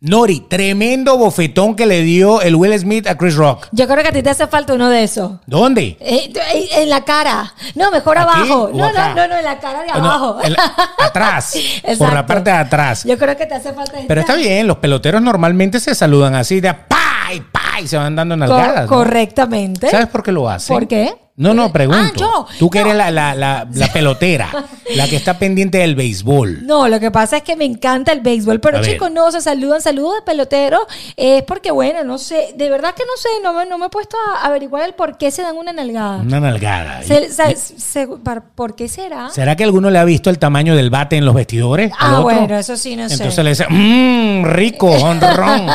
Nori, tremendo bofetón que le dio el Will Smith a Chris Rock. Yo creo que a ti te hace falta uno de esos. ¿Dónde? Eh, eh, en la cara. No, mejor ¿Aquí abajo. o No, acá? no, no, no, en la cara de Ah, no, abajo. en la- atrás. Por la Exacto. parte de atrás. Yo creo que te hace falta Pero esta- está bien, los peloteros normalmente se saludan así de a pa y pa y se van dando Cor- nalgadas. ¿no? correctamente. ¿Sabes por qué lo hacen? ¿Por qué? No, no, pregunto. Ah, yo. Tú que No. eres la, la- la- la pelotera, la que está pendiente del béisbol. No, lo que pasa es que me encanta el béisbol, A pero ver. chicos, no, se saludan, saludos de pelotero. Es porque, bueno, no sé, de verdad que no sé, no me, no me he puesto a averiguar el por qué se dan una nalgada. Una nalgada. Se- se- se- par- ¿Por qué será? ¿Será que alguno le ha visto el tamaño del bate en los vestidores? al ah, otro? bueno, eso sí, no Entonces sé. le dice, mmm, rico, honrón.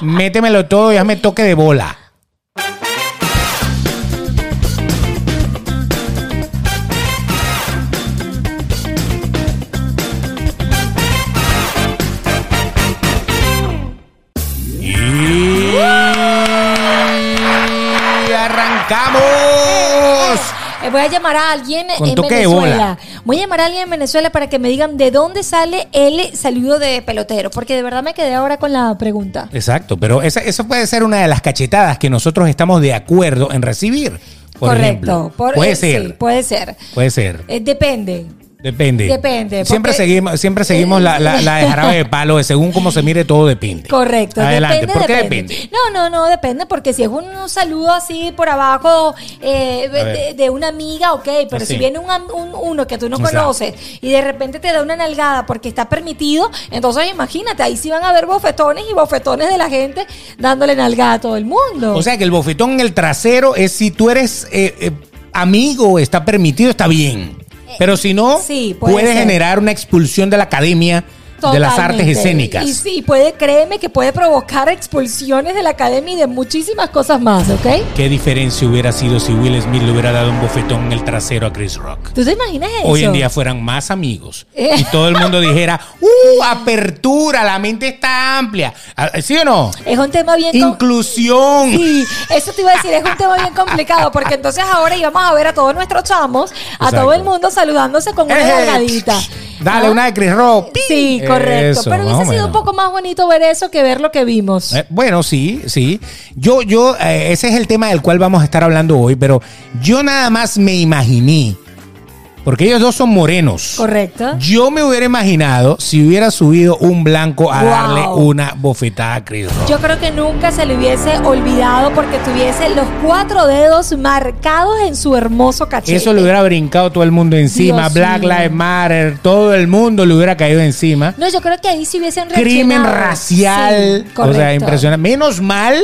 Métemelo todo y hazme toque de bola. Y arrancamos. Eh, Voy a llamar a alguien Con en toque de Venezuela. Voy a llamar a alguien en Venezuela para que me digan de dónde sale el saludo de pelotero, porque de verdad me quedé ahora con la pregunta. Exacto, pero esa, eso puede ser una de las cachetadas que nosotros estamos de acuerdo en recibir. Por Correcto. ejemplo. Por- puede eh, ser, sí, puede ser. puede ser. Eh, depende. Depende. Depende, Siempre porque- seguimos, siempre seguimos la, la, la de jarabe de palo, de según cómo se mire todo depende. Correcto, Adelante. depende, ¿Por qué depende. depende? No, no, no, depende, porque si es un saludo así por abajo eh, A ver. de, de una amiga, ok, pero Así. si viene un, am- un- uno que tú no Exacto. conoces y de repente te da una nalgada porque está permitido, entonces imagínate, ahí sí van a haber bofetones y bofetones de la gente dándole nalgada a todo el mundo. O sea que el bofetón en el trasero es si tú eres eh, eh, amigo, está permitido, está bien. Pero si no, Eh, sí, puede puede ser. generar una expulsión de la academia de las artes Totalmente. escénicas. Y sí, puede, créeme que puede provocar expulsiones de la academia y de muchísimas cosas más, ¿ok? ¿Qué diferencia hubiera sido si Will Smith le hubiera dado un bofetón en el trasero a Chris Rock? ¿Tú te imaginas eso? hoy en día fueran más amigos Eh. y todo el mundo dijera, ¡uh! Apertura, la mente está amplia. Ah, ¿Sí o no? Es un tema bien Eh, con- Inclusión. Sí, eso te iba a decir, es un tema bien complicado, porque entonces ahora íbamos a ver a todos nuestros chamos, a Exacto. todo el mundo saludándose con una Eh, nalgadita. Dale, ¿Ah? una de Chris Rock. Sí, Eso, correcto. Pero más o hubiese sido menos. un poco más bonito ver eso que ver lo que vimos. Eh, bueno, sí, sí. Yo, yo, eh, ese es el tema del cual vamos a estar hablando hoy, pero yo nada más me imaginé, porque ellos dos son morenos. Correcto. Yo me hubiera imaginado si hubiera subido un blanco a Wow. darle una bofetada a Chris Rock. Yo creo que nunca se le hubiese olvidado porque tuviese los cuatro dedos marcados en su hermoso cachete. Eso le hubiera brincado todo el mundo encima. Dios Black mío. Lives Matter, todo el mundo le hubiera caído encima. No, yo creo que ahí sí hubiesen Crimen reaccionado. racial. Sí, o sea, correcto. impresionante. Menos mal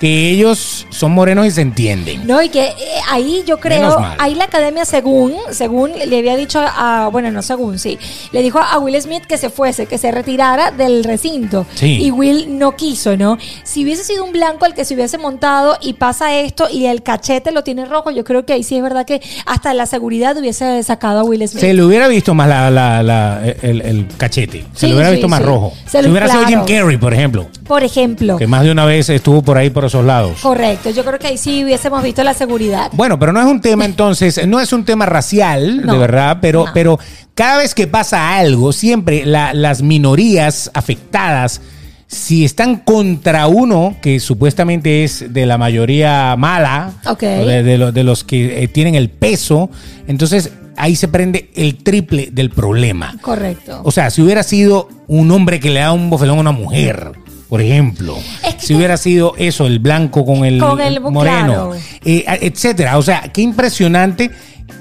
que ellos son morenos y se entienden. No, y que eh, ahí yo Menos creo, mal. ahí la academia según, según le había dicho a, bueno, no según, sí, le dijo a Will Smith que se fuese, que se retirara del recinto. Sí. Y Will no quiso, ¿no? Si hubiese sido un blanco al que se hubiese montado y pasa esto y el cachete lo tiene rojo, yo creo que ahí sí es verdad que hasta la seguridad hubiese sacado a Will Smith. Se le hubiera visto más la, la- la- el, el cachete. Se Sí, le hubiera sí, visto más sí. rojo. Se Se le- hubiera sido Jim claro. Carrey, por ejemplo. Por ejemplo. Que más de una vez estuvo por ahí por esos lados. Correcto, yo creo que ahí sí hubiésemos visto la seguridad. Bueno, pero no es un tema entonces, no es un tema racial, No, de verdad, pero, no. pero cada vez que pasa algo, siempre la- las minorías afectadas, si están contra uno, que supuestamente es de la mayoría mala, Ok. o de, de lo- de los que eh, tienen el peso, entonces ahí se prende el triple del problema. Correcto. O sea, si hubiera sido un hombre que le da un bofetón a una mujer, por ejemplo. Es que si hubiera sido eso, el blanco con el, Con el- moreno, claro. eh, etcétera. O sea, qué impresionante.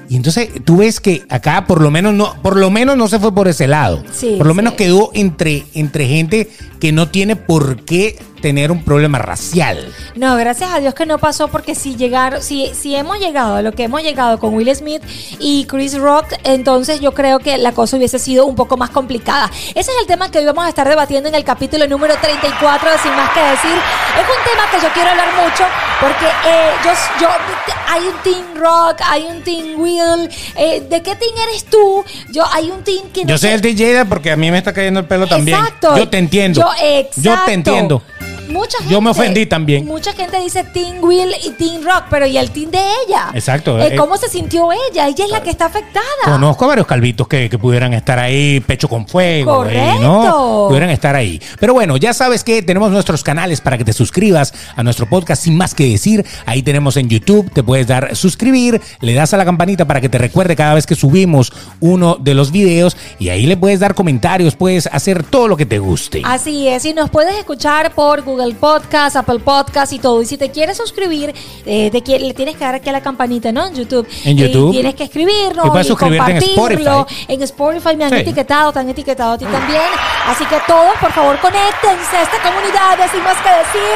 Y entonces tú ves que acá por lo menos no, por lo menos no se fue por ese lado. Sí, por lo menos sí. quedó entre, entre gente que no tiene por qué tener un problema racial. No, gracias a Dios que no pasó porque si llegaron, si, si hemos llegado a lo que hemos llegado con Will Smith y Chris Rock, entonces yo creo que la cosa hubiese sido un poco más complicada. Ese es el tema que hoy vamos a estar debatiendo en el capítulo número 34 de Sin Más que Decir. Es un tema que yo quiero hablar mucho porque eh, yo, yo- hay un Team Rock, hay un Team Will. eh, ¿De qué team eres tú? Yo hay un team que no Yo soy sé- el DJ porque a mí me está cayendo el pelo también. Exacto. Yo te entiendo. Yo, exacto. Yo te entiendo. mucha gente. Yo me ofendí también. Mucha gente dice Team Will y Team Rock, pero ¿y el Team de ella? Exacto. Eh, Eh, ¿Cómo se sintió ella? Ella es la que está afectada. Conozco a varios calvitos que, que pudieran estar ahí, pecho con fuego, Correcto. eh, ¿no? Pudieran estar ahí. Pero bueno, ya sabes que tenemos nuestros canales para que te suscribas a nuestro podcast sin más que decir. Ahí tenemos en YouTube, te puedes dar suscribir, le das a la campanita para que te recuerde cada vez que subimos uno de los videos y ahí le puedes dar comentarios, puedes hacer todo lo que te guste. Así es, y nos puedes escuchar por Google Podcast, Apple Podcast y todo. Y si te quieres suscribir, eh, te qui- le tienes que dar aquí a la campanita, ¿no? En YouTube. En YouTube. Y tienes que escribirnos Y puedes suscribirte en compartirlo. Spotify. En Spotify me han Sí. etiquetado, te han etiquetado a ti también. Así que todos, por favor, conéctense a esta comunidad de Sin Más Que Decir.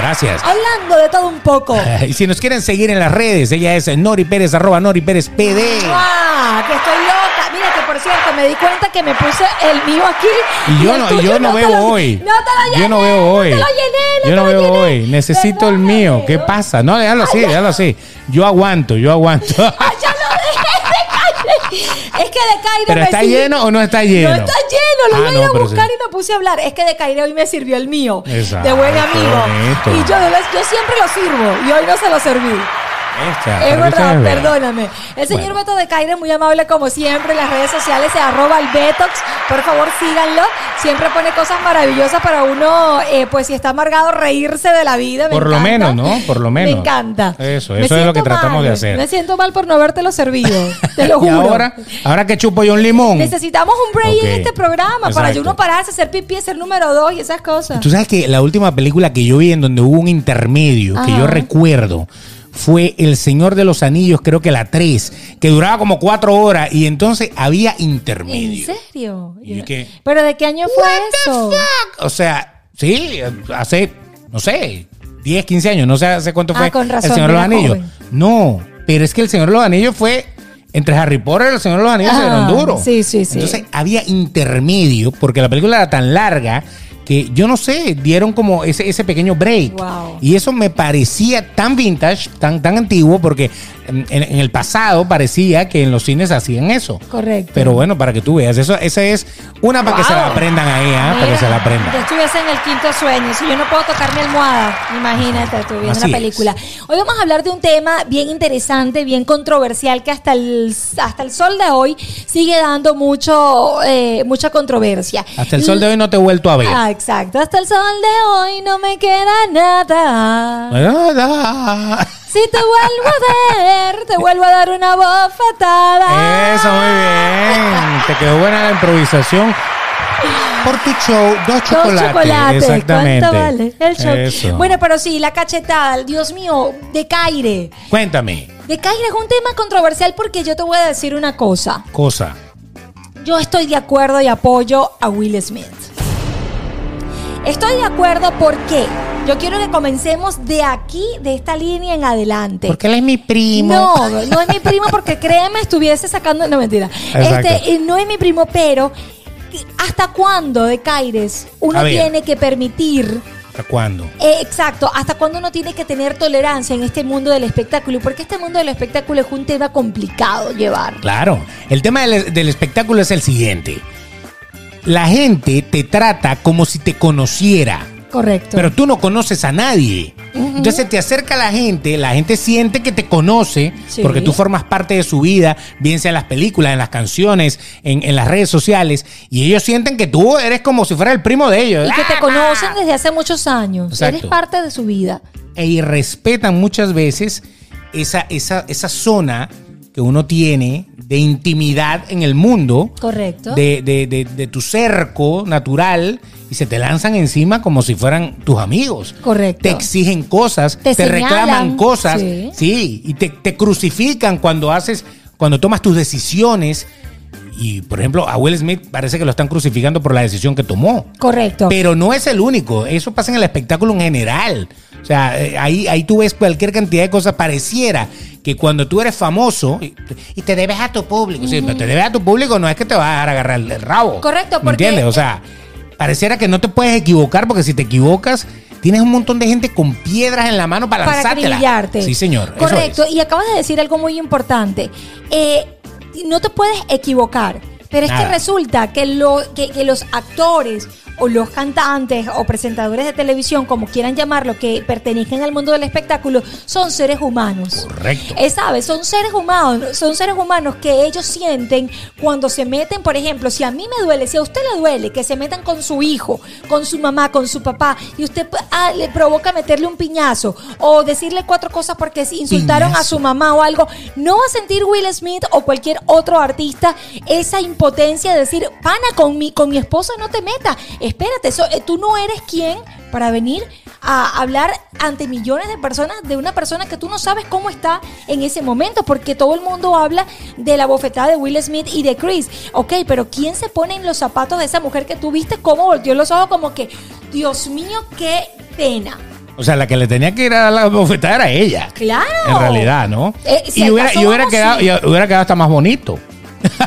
Gracias. Hablando de todo un poco. Y si nos quieren seguir en las redes, ella es Nori Pérez, arroba Nori Pérez PD. ¡Ah! Que estoy loca. Mira que por cierto me di cuenta que me puse el mío aquí. Y yo el no, tuyo yo no te veo lo- hoy. No te lo llené. yo no veo hoy. No te lo yo llené. no te lo veo llené. hoy. Necesito el Perdóname. mío. ¿Qué pasa? No, déjalo así, déjalo así. Yo aguanto, yo aguanto. Ay, ya lo dejé de Caire. Es que de Caire Pero me ¿está sirvió- lleno o no está lleno? No está lleno, lo Ah, iba a ir no, a pero buscar sí. y me puse a hablar. Es que de Caire hoy me sirvió el mío. Exacto, de buen qué amigo. bonito. Y yo, de verdad, yo siempre lo sirvo y hoy no se lo serví. Esta, para Es que verdad, ustedes vean. perdóname. El señor Bueno. Beto de Caire, muy amable como siempre. En las redes sociales se arroba el Betox. Por favor, síganlo. Siempre pone cosas maravillosas para uno, eh, pues si está amargado, reírse de la vida. Me Por lo encanta. menos, ¿no? Por lo menos. Me encanta. Eso, Me eso es lo siento que tratamos mal. de hacer. Me siento mal por no habértelo servido. Te lo Y juro. ahora, ahora que chupo yo un limón. Necesitamos un break Ok. en este programa para Exacto. uno pararse, hacer pipí, ser número dos y esas cosas. Tú sabes que la última película que yo vi en donde hubo un intermedio, que Ajá. yo recuerdo, fue El Señor de los Anillos, creo que la 3, que duraba como 4 horas y entonces había ¿En intermedio. serio? ¿Y Yo- qué? ¿Pero de qué año fue eso? O sea, sí, hace, no sé, 10, 15 años, no sé hace cuánto Ah, fue con razón, El Señor de los era Anillos. joven. No, pero es que El Señor de los Anillos fue... Entre Harry Potter y el Señor de los Anillos se Ah, dieron duro. sí, sí, sí. Entonces había intermedio, porque la película era tan larga que yo no sé, dieron como ese, ese pequeño break. Wow. Y eso me parecía tan vintage, tan, tan antiguo, porque en, en- en el pasado parecía que en los cines hacían eso. Correcto. Pero bueno, para que tú veas, eso, esa es una para que se la Wow. aprendan ahí, ¿ah? para que Mira, se la aprendan. Yo estuviese en el quinto sueño. Si yo no puedo tocar mi almohada, imagínate, estoy viendo Así una es. película. Hoy vamos a hablar de un tema bien interesante, bien controversial, que hasta el, hasta el sol de hoy sigue dando mucho, eh, mucha controversia. Hasta el sol de hoy no te he vuelto a ver. Ah, exacto. Hasta el sol de hoy no me queda nada. Ah, Si te vuelvo a ver, te vuelvo a dar una bofetada. ah. Eso, muy bien. Te quedó buena la improvisación. Por tu show, dos Dos chocolates. chocolates. Exactamente. ¿Cuánto vale el show? Eso. Bueno, pero sí, la cachetada, Dios mío, de Caire. Cuéntame, De Caire es un tema controversial porque yo te voy a decir una cosa. cosa. Yo estoy de acuerdo y apoyo a Will Smith. Estoy de acuerdo porque yo quiero que comencemos de aquí, de esta línea en adelante. Porque él es mi primo. No, no es mi primo porque créeme, estuviese sacando. No, mentira. Exacto. Este, eh, no es mi primo, pero ¿hasta cuándo, de Caires, uno A ver. tiene que permitir? ¿Hasta cuándo? eh, exacto, ¿hasta cuándo uno tiene que tener tolerancia en este mundo del espectáculo? Porque este mundo del espectáculo es un tema complicado llevar. Claro. El tema del, del espectáculo es el siguiente. La gente te trata como si te conociera. Correcto. Pero tú no conoces a nadie. Entonces te acerca la gente, la gente siente que te conoce Sí. porque tú formas parte de su vida, bien sea en las películas, en las canciones, en, en las redes sociales, y ellos sienten que tú eres como si fuera el primo de ellos. y que te ¡Ah! conocen desde hace muchos años. Exacto. Eres parte de su vida. E irrespetan muchas veces esa, esa, esa zona que uno tiene de intimidad en el mundo. Correcto. De, de- de- de tu cerco natural y se te lanzan encima como si fueran tus amigos. Correcto. Te exigen cosas, te, Te señalan, reclaman cosas, sí, sí. y te, te crucifican cuando haces, cuando tomas tus decisiones. Y por ejemplo, a Will Smith parece que lo están crucificando por la decisión que tomó. Correcto. Pero no es el único, eso pasa en el espectáculo en general. O sea, eh, ahí, ahí tú ves cualquier cantidad de cosas. Pareciera que cuando tú eres famoso y te- y te debes a tu público, sí, pero te debes a tu público no es que te vas a dejar agarrar el rabo. Correcto, ¿me porque- ¿Entiendes? O sea, pareciera que no te puedes equivocar porque si te equivocas, tienes un montón de gente con piedras en la mano para, para lanzártela. acribillarte. Sí, señor. eso es. Correcto. Y acabas de decir algo muy importante. Eh, no te puedes equivocar. Pero es Nada. que resulta que, lo, que, que los actores o los cantantes o presentadores de televisión, como quieran llamarlo, que pertenecen al mundo del espectáculo, son seres humanos. Correcto. Eh, ¿Sabes? Son seres humanos, son seres humanos que ellos sienten cuando se meten, por ejemplo, si a mí me duele, si a usted le duele, que se metan con su hijo, con su mamá, con su papá, y usted ah, le provoca meterle un piñazo o decirle cuatro cosas porque se insultaron a su mamá o algo, no va a sentir Will Smith o cualquier otro artista esa impotencia de decir, pana, con mi, con mi esposa no te metas. Espérate, so- eh, tú no eres quien para venir a hablar ante millones de personas de una persona que tú no sabes cómo está en ese momento, porque todo el mundo habla de la bofetada de Will Smith y de Chris. Ok, pero ¿quién se pone en los zapatos de esa mujer que tú viste? ¿Cómo volteó los ojos? Como que, Dios mío, qué pena. O sea, la que le tenía que ir a la bofetada era ella. Claro. En realidad, ¿no? Eh, si y al hubiera, caso y hubiera vamos, quedado, sí. y hubiera quedado hasta más bonito.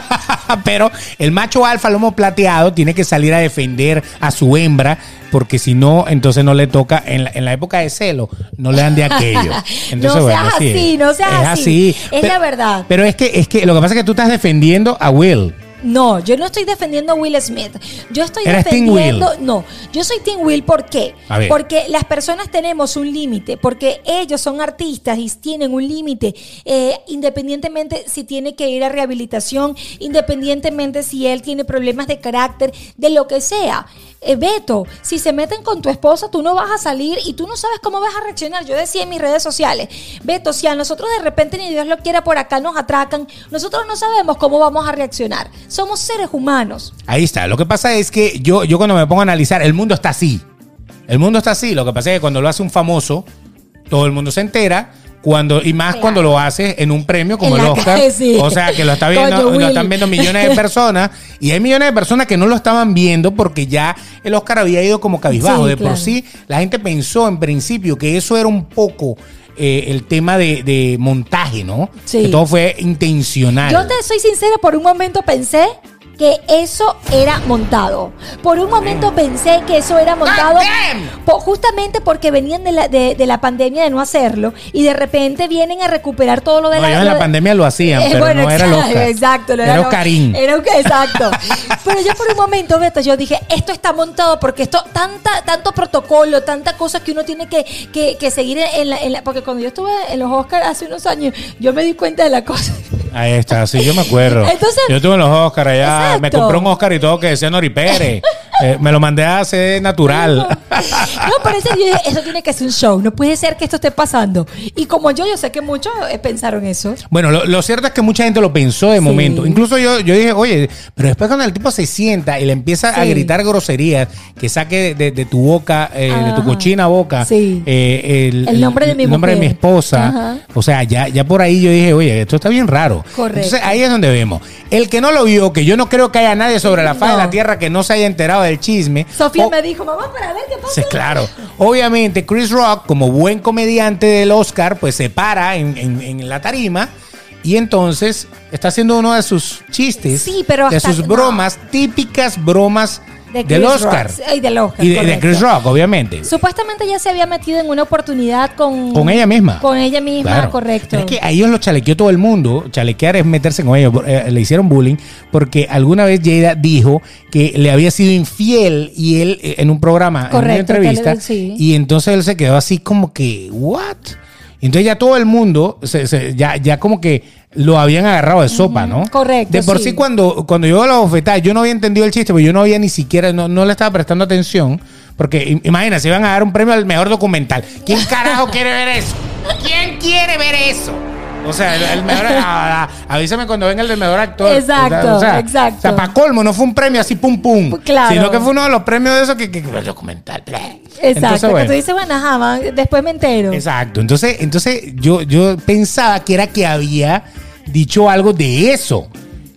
Pero el macho alfa lomo plateado tiene que salir a defender a su hembra, porque si no, entonces no le toca, en la, en la época de celo, no le dan de aquello. Entonces, No seas así, no seas es así. así. Es Pe- la verdad. Pero es que, es que lo que pasa es que tú estás defendiendo a Will. No, yo no estoy defendiendo a Will Smith. Yo estoy ¿Eres team defendiendo. No, yo soy Team Will, ¿por qué? A ver. Porque las personas tenemos un límite, porque ellos son artistas y tienen un límite, eh, independientemente si tiene que ir a rehabilitación, independientemente si él tiene problemas de carácter, de lo que sea. Eh, Beto, si se meten con tu esposa, tú no vas a salir y tú no sabes cómo vas a reaccionar. Yo decía en mis redes sociales, Beto, si a nosotros de repente, ni Dios lo quiera, por acá nos atracan, nosotros no sabemos cómo vamos a reaccionar. Somos seres humanos. Ahí está. Lo que pasa es que yo, yo cuando me pongo a analizar, el mundo está así. El mundo está así. Lo que pasa es que cuando lo hace un famoso, todo el mundo se entera. Cuando, y más Claro. cuando lo haces en un premio como En el la Oscar. calle, sí. O sea, que lo, está Coño, viendo, lo Will. están viendo millones de personas. Y hay millones de personas que no lo estaban viendo porque ya el Oscar había ido como cabizbajo. Sí, de claro. por sí, la gente pensó en principio que eso era un poco eh, el tema de, de montaje, ¿no? Sí. Que todo fue intencional. Yo te soy sincera, por un momento pensé que eso era montado. Por un Mm. momento pensé que eso era montado po- justamente porque venían de la, de, de la pandemia de no hacerlo y de repente vienen a recuperar todo lo de No, la, ellos en lo la de- pandemia lo hacían, pero no era el exacto, Oscar. Exacto, no Era lo- Oscarín. Era un- exacto. pero yo por un momento, Beto, yo dije, esto está montado porque esto, tanta, tanto protocolo, tanta cosa que uno tiene que, que, que seguir en la, en la- Porque cuando yo estuve en los Oscars hace unos años, yo me di cuenta de la cosa. Ahí está, sí, yo me acuerdo. Entonces- yo tuve los Oscars allá, Exacto. me compré un Oscar y todo que decía Nori Pérez. Eh, me lo mandé a hacer natural. No, pero en serio, yo dije, eso tiene que ser un show. No puede ser que esto esté pasando. Y como yo, yo sé que muchos eh, pensaron eso. Bueno, lo, lo cierto es que mucha gente lo pensó de Sí. momento. Incluso yo, yo dije, oye, pero después cuando el tipo se sienta y le empieza a Sí. gritar groserías, que saque de, de- de tu boca, eh, de tu Ajá. cochina boca, Ah. Sí. eh, el, El nombre de mi el nombre de mi mujer. esposa. Ajá. O sea, ya, ya por ahí yo dije, oye, esto está bien raro. Correcto. Entonces ahí es donde vemos. El que no lo vio, que yo no creo que haya nadie sobre la faz de No. la tierra que no se haya enterado del chisme. Sofía O- me dijo, mamá, para ver qué pasa. Oh. Sí, claro. Obviamente, Chris Rock, como buen comediante del Oscar, pues se para en, en- en la tarima y entonces está haciendo uno de sus chistes, Sí, pero de hasta- sus no. bromas, típicas bromas De del Chris Oscar. Rock. Ay, del Oscar, Y de, de correcto. Chris Rock, obviamente. Supuestamente ya se había metido en una oportunidad con... Con ella misma. Con ella misma, Claro. correcto. Pero es que a ellos los chalequeó todo el mundo. Chalequear es meterse con ellos. Eh, le hicieron bullying porque alguna vez Jada dijo que le había sido infiel y él eh, en un programa, en una Correcto, que le- entrevista. sí. Y entonces él se quedó así como que, ¿what? Y Entonces ya todo el mundo, se- se- ya, ya como que lo habían agarrado de sopa, ¿no? correcto, De por sí. sí, cuando, cuando yo la bofetada, yo no había entendido el chiste, porque yo no había ni siquiera, no, no le estaba prestando atención. Porque im- imagina, se iban a dar un premio al mejor documental. ¿Quién carajo quiere ver eso? ¿Quién quiere ver eso? O sea, el, el mejor. ah, ah, avísame cuando venga el del mejor actor. Exacto, exacto. O sea, para colmo, no fue un premio así pum pum. Pues claro. Sino que fue uno de los premios de esos que. que, que- el documental. bla. Exacto, Entonces, que bueno. tú dices, bueno, ajá, va, después me entero. Exacto. Entonces, entonces yo, yo pensaba que era que había dicho algo de eso.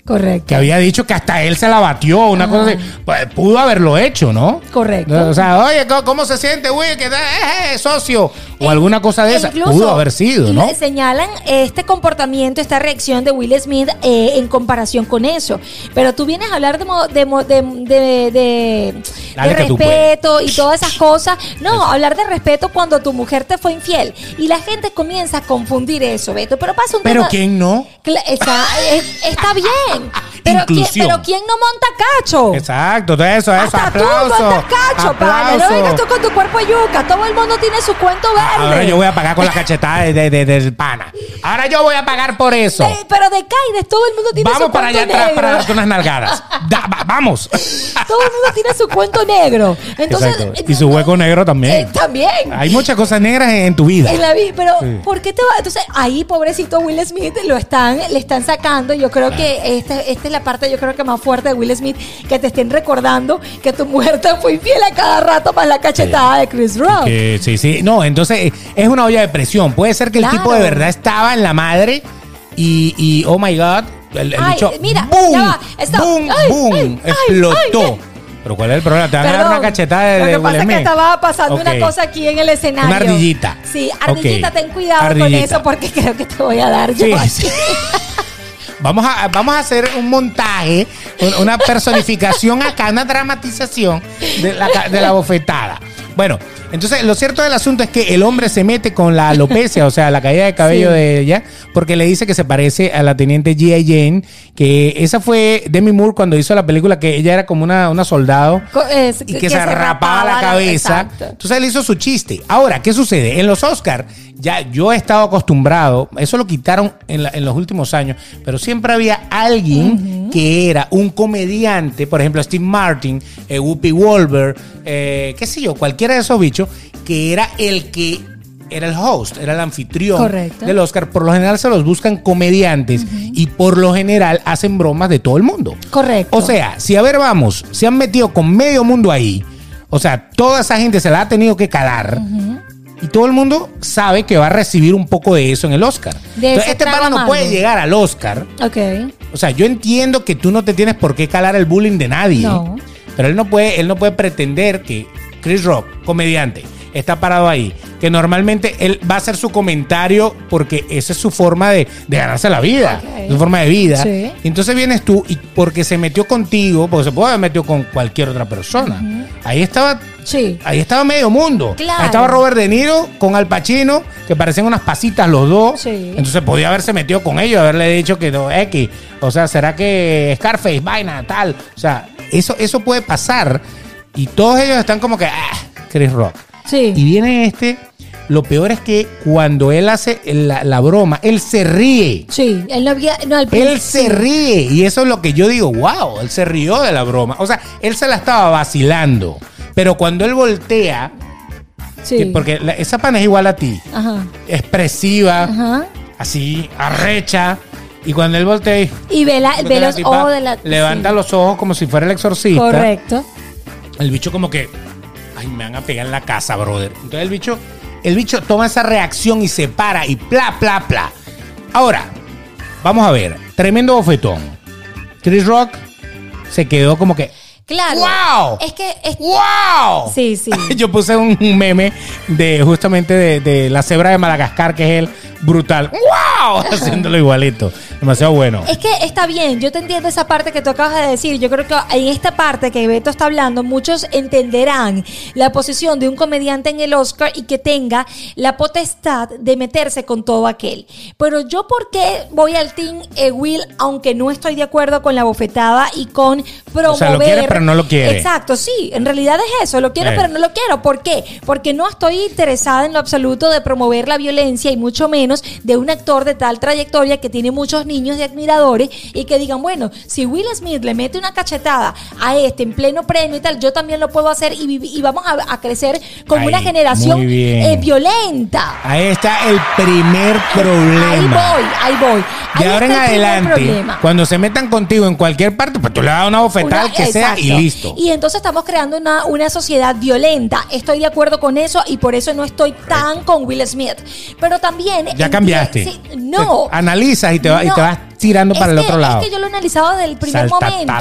Correcto. Que había dicho que hasta él se la batió, una cosa así. Pues, pudo haberlo hecho, ¿no? Correcto. O sea, oye, ¿cómo, cómo se siente, güey? Que da, eh, eh, socio. O alguna cosa de esa. E Incluso Pudo haber sido, ¿no? le Señalan este comportamiento, esta reacción de Will Smith eh, en comparación con eso. Pero tú vienes a hablar de, mo- de, mo- de, de- de- Dale de que tú respeto y todas esas cosas. No, hablar de respeto cuando tu mujer te fue infiel. Y la gente comienza a confundir eso, Beto. Pero pasa un Pero tema- ¿quién no? Cla- Está, es- está bien. Pero, ¿quién, inclusión. pero ¿quién no monta cacho? Exacto, todo eso, eso, Hasta aplauso. tú montas cacho, padre. aplauso. No Ah, vengas tú con tu cuerpo yuca. Todo el mundo tiene su cuento verde. Ahora yo voy a pagar con la cachetada de, de- de- del pana. Ahora yo voy a pagar por eso. Eh, pero de Caides, todo el mundo tiene Vamos su para allá cuento atrás negro. para darte unas nalgadas. Da- va- vamos. Todo el mundo tiene su cuento negro. Entonces, Exacto. Y su hueco negro Eh, también. también. Hay muchas cosas negras en, en tu vida. En la vi- pero Sí. ¿por qué te va? Entonces, ahí pobrecito Will Smith lo están, le están sacando. Yo creo que esta, esta es la parte, yo creo que más fuerte de Will Smith, que te estén recordando que tu muerte fue infiel a cada rato más la cachetada de Chris Rock. Que sí, sí. No, entonces eh, es una olla de presión. Puede ser que el Claro. tipo de verdad estaba en la madre y, y, oh my God, el, el Ay, bicho, mira, boom, ya va, está. boom, Ay, boom, ay, ay, explotó. ay, ay. Pero ¿cuál es el problema? Te van a dar Perdón. una cachetada de Lo de que pasa Will es que Smith. estaba pasando Ok. una cosa aquí en el escenario. Una ardillita. Sí, ardillita, Ok. ten cuidado con Ardillita. eso porque creo que te voy a dar yo. Sí, sí. Vamos a, vamos a hacer un montaje, un- una personificación acá, una dramatización de la, ca- de la bofetada. Bueno, entonces lo cierto del asunto es que el hombre se mete con la alopecia, o sea, la caída de cabello Sí. de ella, porque le dice que se parece a la teniente G.I. Jane, que esa fue Demi Moore cuando hizo la película, que ella era como una, una soldado Co- es- y que, se, rapaba la cabeza. exacto. Entonces él hizo su chiste. Ahora, ¿qué sucede? En los Oscars, ya yo he estado acostumbrado, eso lo quitaron en, la- en los últimos años, pero siempre había alguien que era un comediante, por ejemplo, Steve Martin, eh, Whoopi Wolver, qué sé yo, cualquiera de esos bichos, que era el que era el host, era el anfitrión Correcto. del Oscar. Por lo general se los buscan comediantes y por lo general hacen bromas de todo el mundo. Correcto. O sea, si a ver vamos, se han metido con medio mundo ahí. O sea, toda esa gente se la ha tenido que calar. Y todo el mundo sabe que va a recibir un poco de eso en el Oscar. De Entonces, ese este trago pana no amargo. puede llegar al Oscar. Ok. O sea, yo entiendo que tú no te tienes por qué calar el bullying de nadie. No. Pero él no puede, él no puede pretender que Chris Rock, comediante, está parado ahí. Que normalmente él va a hacer su comentario porque esa es su forma de, de ganarse la vida, Ok. su forma de vida. Sí. Y Entonces vienes tú y porque se metió contigo, porque se puede haber metido con cualquier otra persona. Ahí estaba, Sí. ahí estaba medio mundo. Claro. Ahí estaba Robert De Niro con Al Pacino, que parecían unas pasitas los dos. Sí. Entonces podía haberse metido con ellos, haberle dicho que no, X. O sea, ¿será que Scarface, vaina, tal? O sea, eso, eso puede pasar. Y todos ellos están como que, ah, Chris Rock. Sí. Y viene este. Lo peor es que cuando él hace la, la broma, él se ríe. Sí, él no había. No, al Él principio- se ríe y eso es lo que yo digo, wow, él se rió de la broma. O sea, él se la estaba vacilando. Pero cuando él voltea, Sí. que- porque la- esa pana es igual a ti, Ajá. expresiva, Ajá. así, arrecha. Y cuando él voltea, y- Y ve, la- ve la los tipa ojos de la. levanta los ojos como si fuera el sí. exorcista. Correcto. El bicho como que, ay, me van a pegar en la casa, brother. Entonces el bicho, el bicho toma esa reacción y se para y pla, pla, pla. Ahora, vamos a ver, tremendo bofetón. Chris Rock se quedó como que, Claro. ¡Wow! Es que. es- ¡wow! Sí, sí. Yo puse un meme de justamente de, de la cebra de Madagascar, que es el brutal. ¡Wow! Haciéndolo igualito. Demasiado bueno. Es que está bien, yo te entiendo esa parte que tú acabas de decir. Yo creo que en esta parte que Beto está hablando, muchos entenderán la posición de un comediante en el Oscar y que tenga la potestad de meterse con todo aquel. Pero yo, ¿por qué voy al Team eh, Will, aunque no estoy de acuerdo con la bofetada y con promover. sea, lo quiere, pero no lo quiere. Exacto, sí, en realidad es eso. Lo quiero, Eh. pero no lo quiero. ¿Por qué? Porque no estoy interesada en lo absoluto de promover la violencia y mucho menos de un actor de tal trayectoria que tiene muchos niños y admiradores y que digan, bueno, si Will Smith le mete una cachetada a este en pleno premio y tal, yo también lo puedo hacer y, vivi- y vamos a, a crecer con Ahí, una generación muy bien. eh, violenta. Ahí está el primer problema. Ahí voy, ahí voy. Ahí De ahora en está el primer adelante, problema. cuando se metan contigo en cualquier parte, pues tú le das una bofetada al Una- que sea y exacto. listo. Y entonces estamos creando una, una sociedad violenta. Estoy de acuerdo con eso y por eso no estoy tan con Will Smith. Pero también. ya enti- cambiaste. sí, no. Analizas y te, va- y No. te vas tirando para el Es que- otro lado. Es que yo lo he analizado desde el primer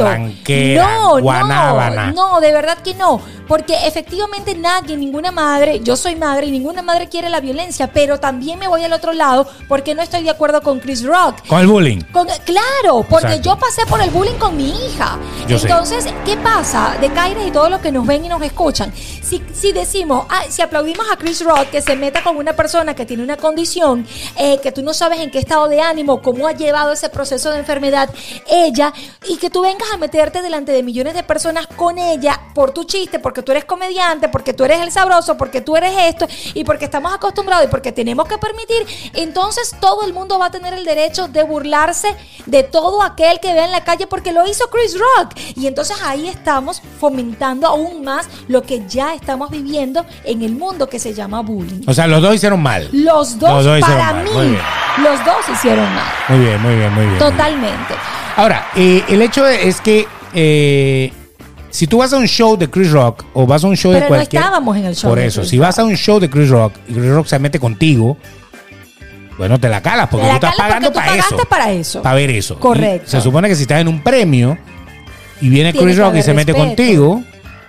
Saltatalanquera, momento. guanábana. No, no, de verdad que no. Porque efectivamente nadie, ninguna madre, yo soy madre y ninguna madre quiere la violencia, pero también me voy al otro lado porque no estoy de acuerdo con Chris Rock. Con el bullying. Con- claro, porque Exacto. yo pasé por el bullying con mi hija. Yo sé. Entonces, ¿qué pasa? De Caires y todos los que nos ven y nos escuchan. Si, si decimos, ah, si aplaudimos a Chris Rock que se meta con una persona que tiene una condición, eh, que tú no sabes en qué estado de ánimo, cómo ha llevado ese proceso de enfermedad ella, y que tú vengas a meterte delante de millones de personas con ella por tu chiste, porque tú eres comediante, porque tú eres el sabroso, porque tú eres esto, y porque estamos acostumbrados y porque tenemos que permitir, entonces todo el mundo va a tener el derecho de burlarse de todo aquel que vea en la calle porque lo hizo Chris Rock. Y entonces ahí estamos fomentando aún más lo que ya estamos viviendo en el mundo que se llama bullying. O sea, los dos hicieron mal. Los dos, Los dos hicieron para mal, mí, muy bien. los dos hicieron mal. Muy bien, muy bien, muy bien. muy bien. Totalmente. Ahora, eh, el hecho de- es que eh, si tú vas a un show de Chris Rock o vas a un show de Pero no cualquier. estábamos en el show Por de eso, Chris si vas a un show de Chris Rock y Chris Rock se mete contigo, bueno, te la calas porque tú Te la estás calas pagando porque tú para eso. pagaste para eso. Para ver eso. Correcto. Y se supone que si estás en un premio y viene Tiene Chris que Rock y haber se mete respeto. contigo.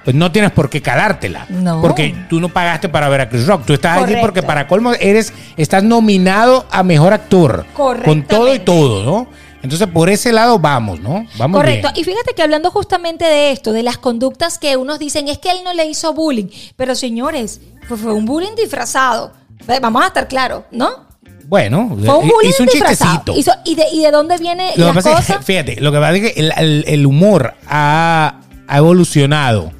Pues no tienes por qué calártela. No. Porque tú no pagaste para ver a Chris Rock. Tú estás allí Correcto. porque para colmo eres, estás nominado a mejor actor. Con todo y Correctamente. todo, ¿no? Entonces por ese lado vamos, ¿no? Vamos Correcto. Ah, bien. Y fíjate que hablando justamente de esto, de las conductas que unos dicen es que él no le hizo bullying. Pero señores, pues fue un bullying disfrazado. Ve, Vamos a estar claros, ¿no? Bueno, Fue un bullying hizo un disfrazado. chistecito. Hizo- ¿y, de, ¿Y de dónde viene Lo que la pasa es que, cosa? fíjate, lo que pasa es que el, el- el humor ha, ha evolucionado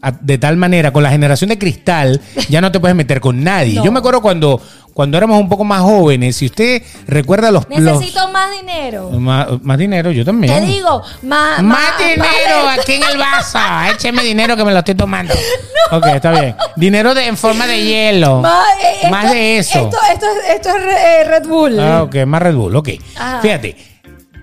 a- de tal manera, con la generación de cristal, ya no te puedes meter con nadie. No. Yo me acuerdo cuando, cuando éramos un poco más jóvenes, si usted recuerda los... Necesito más dinero. los- más, más dinero, yo también. Te digo, más, Más dinero aquí en el vaso. Écheme dinero que me lo estoy tomando. Ok, está bien. Dinero de, en forma de hielo. Más de eso. eh, Esto, esto es, esto es eh, Red Bull. Ah, ok, más Red Bull, ok. Ajá. Fíjate,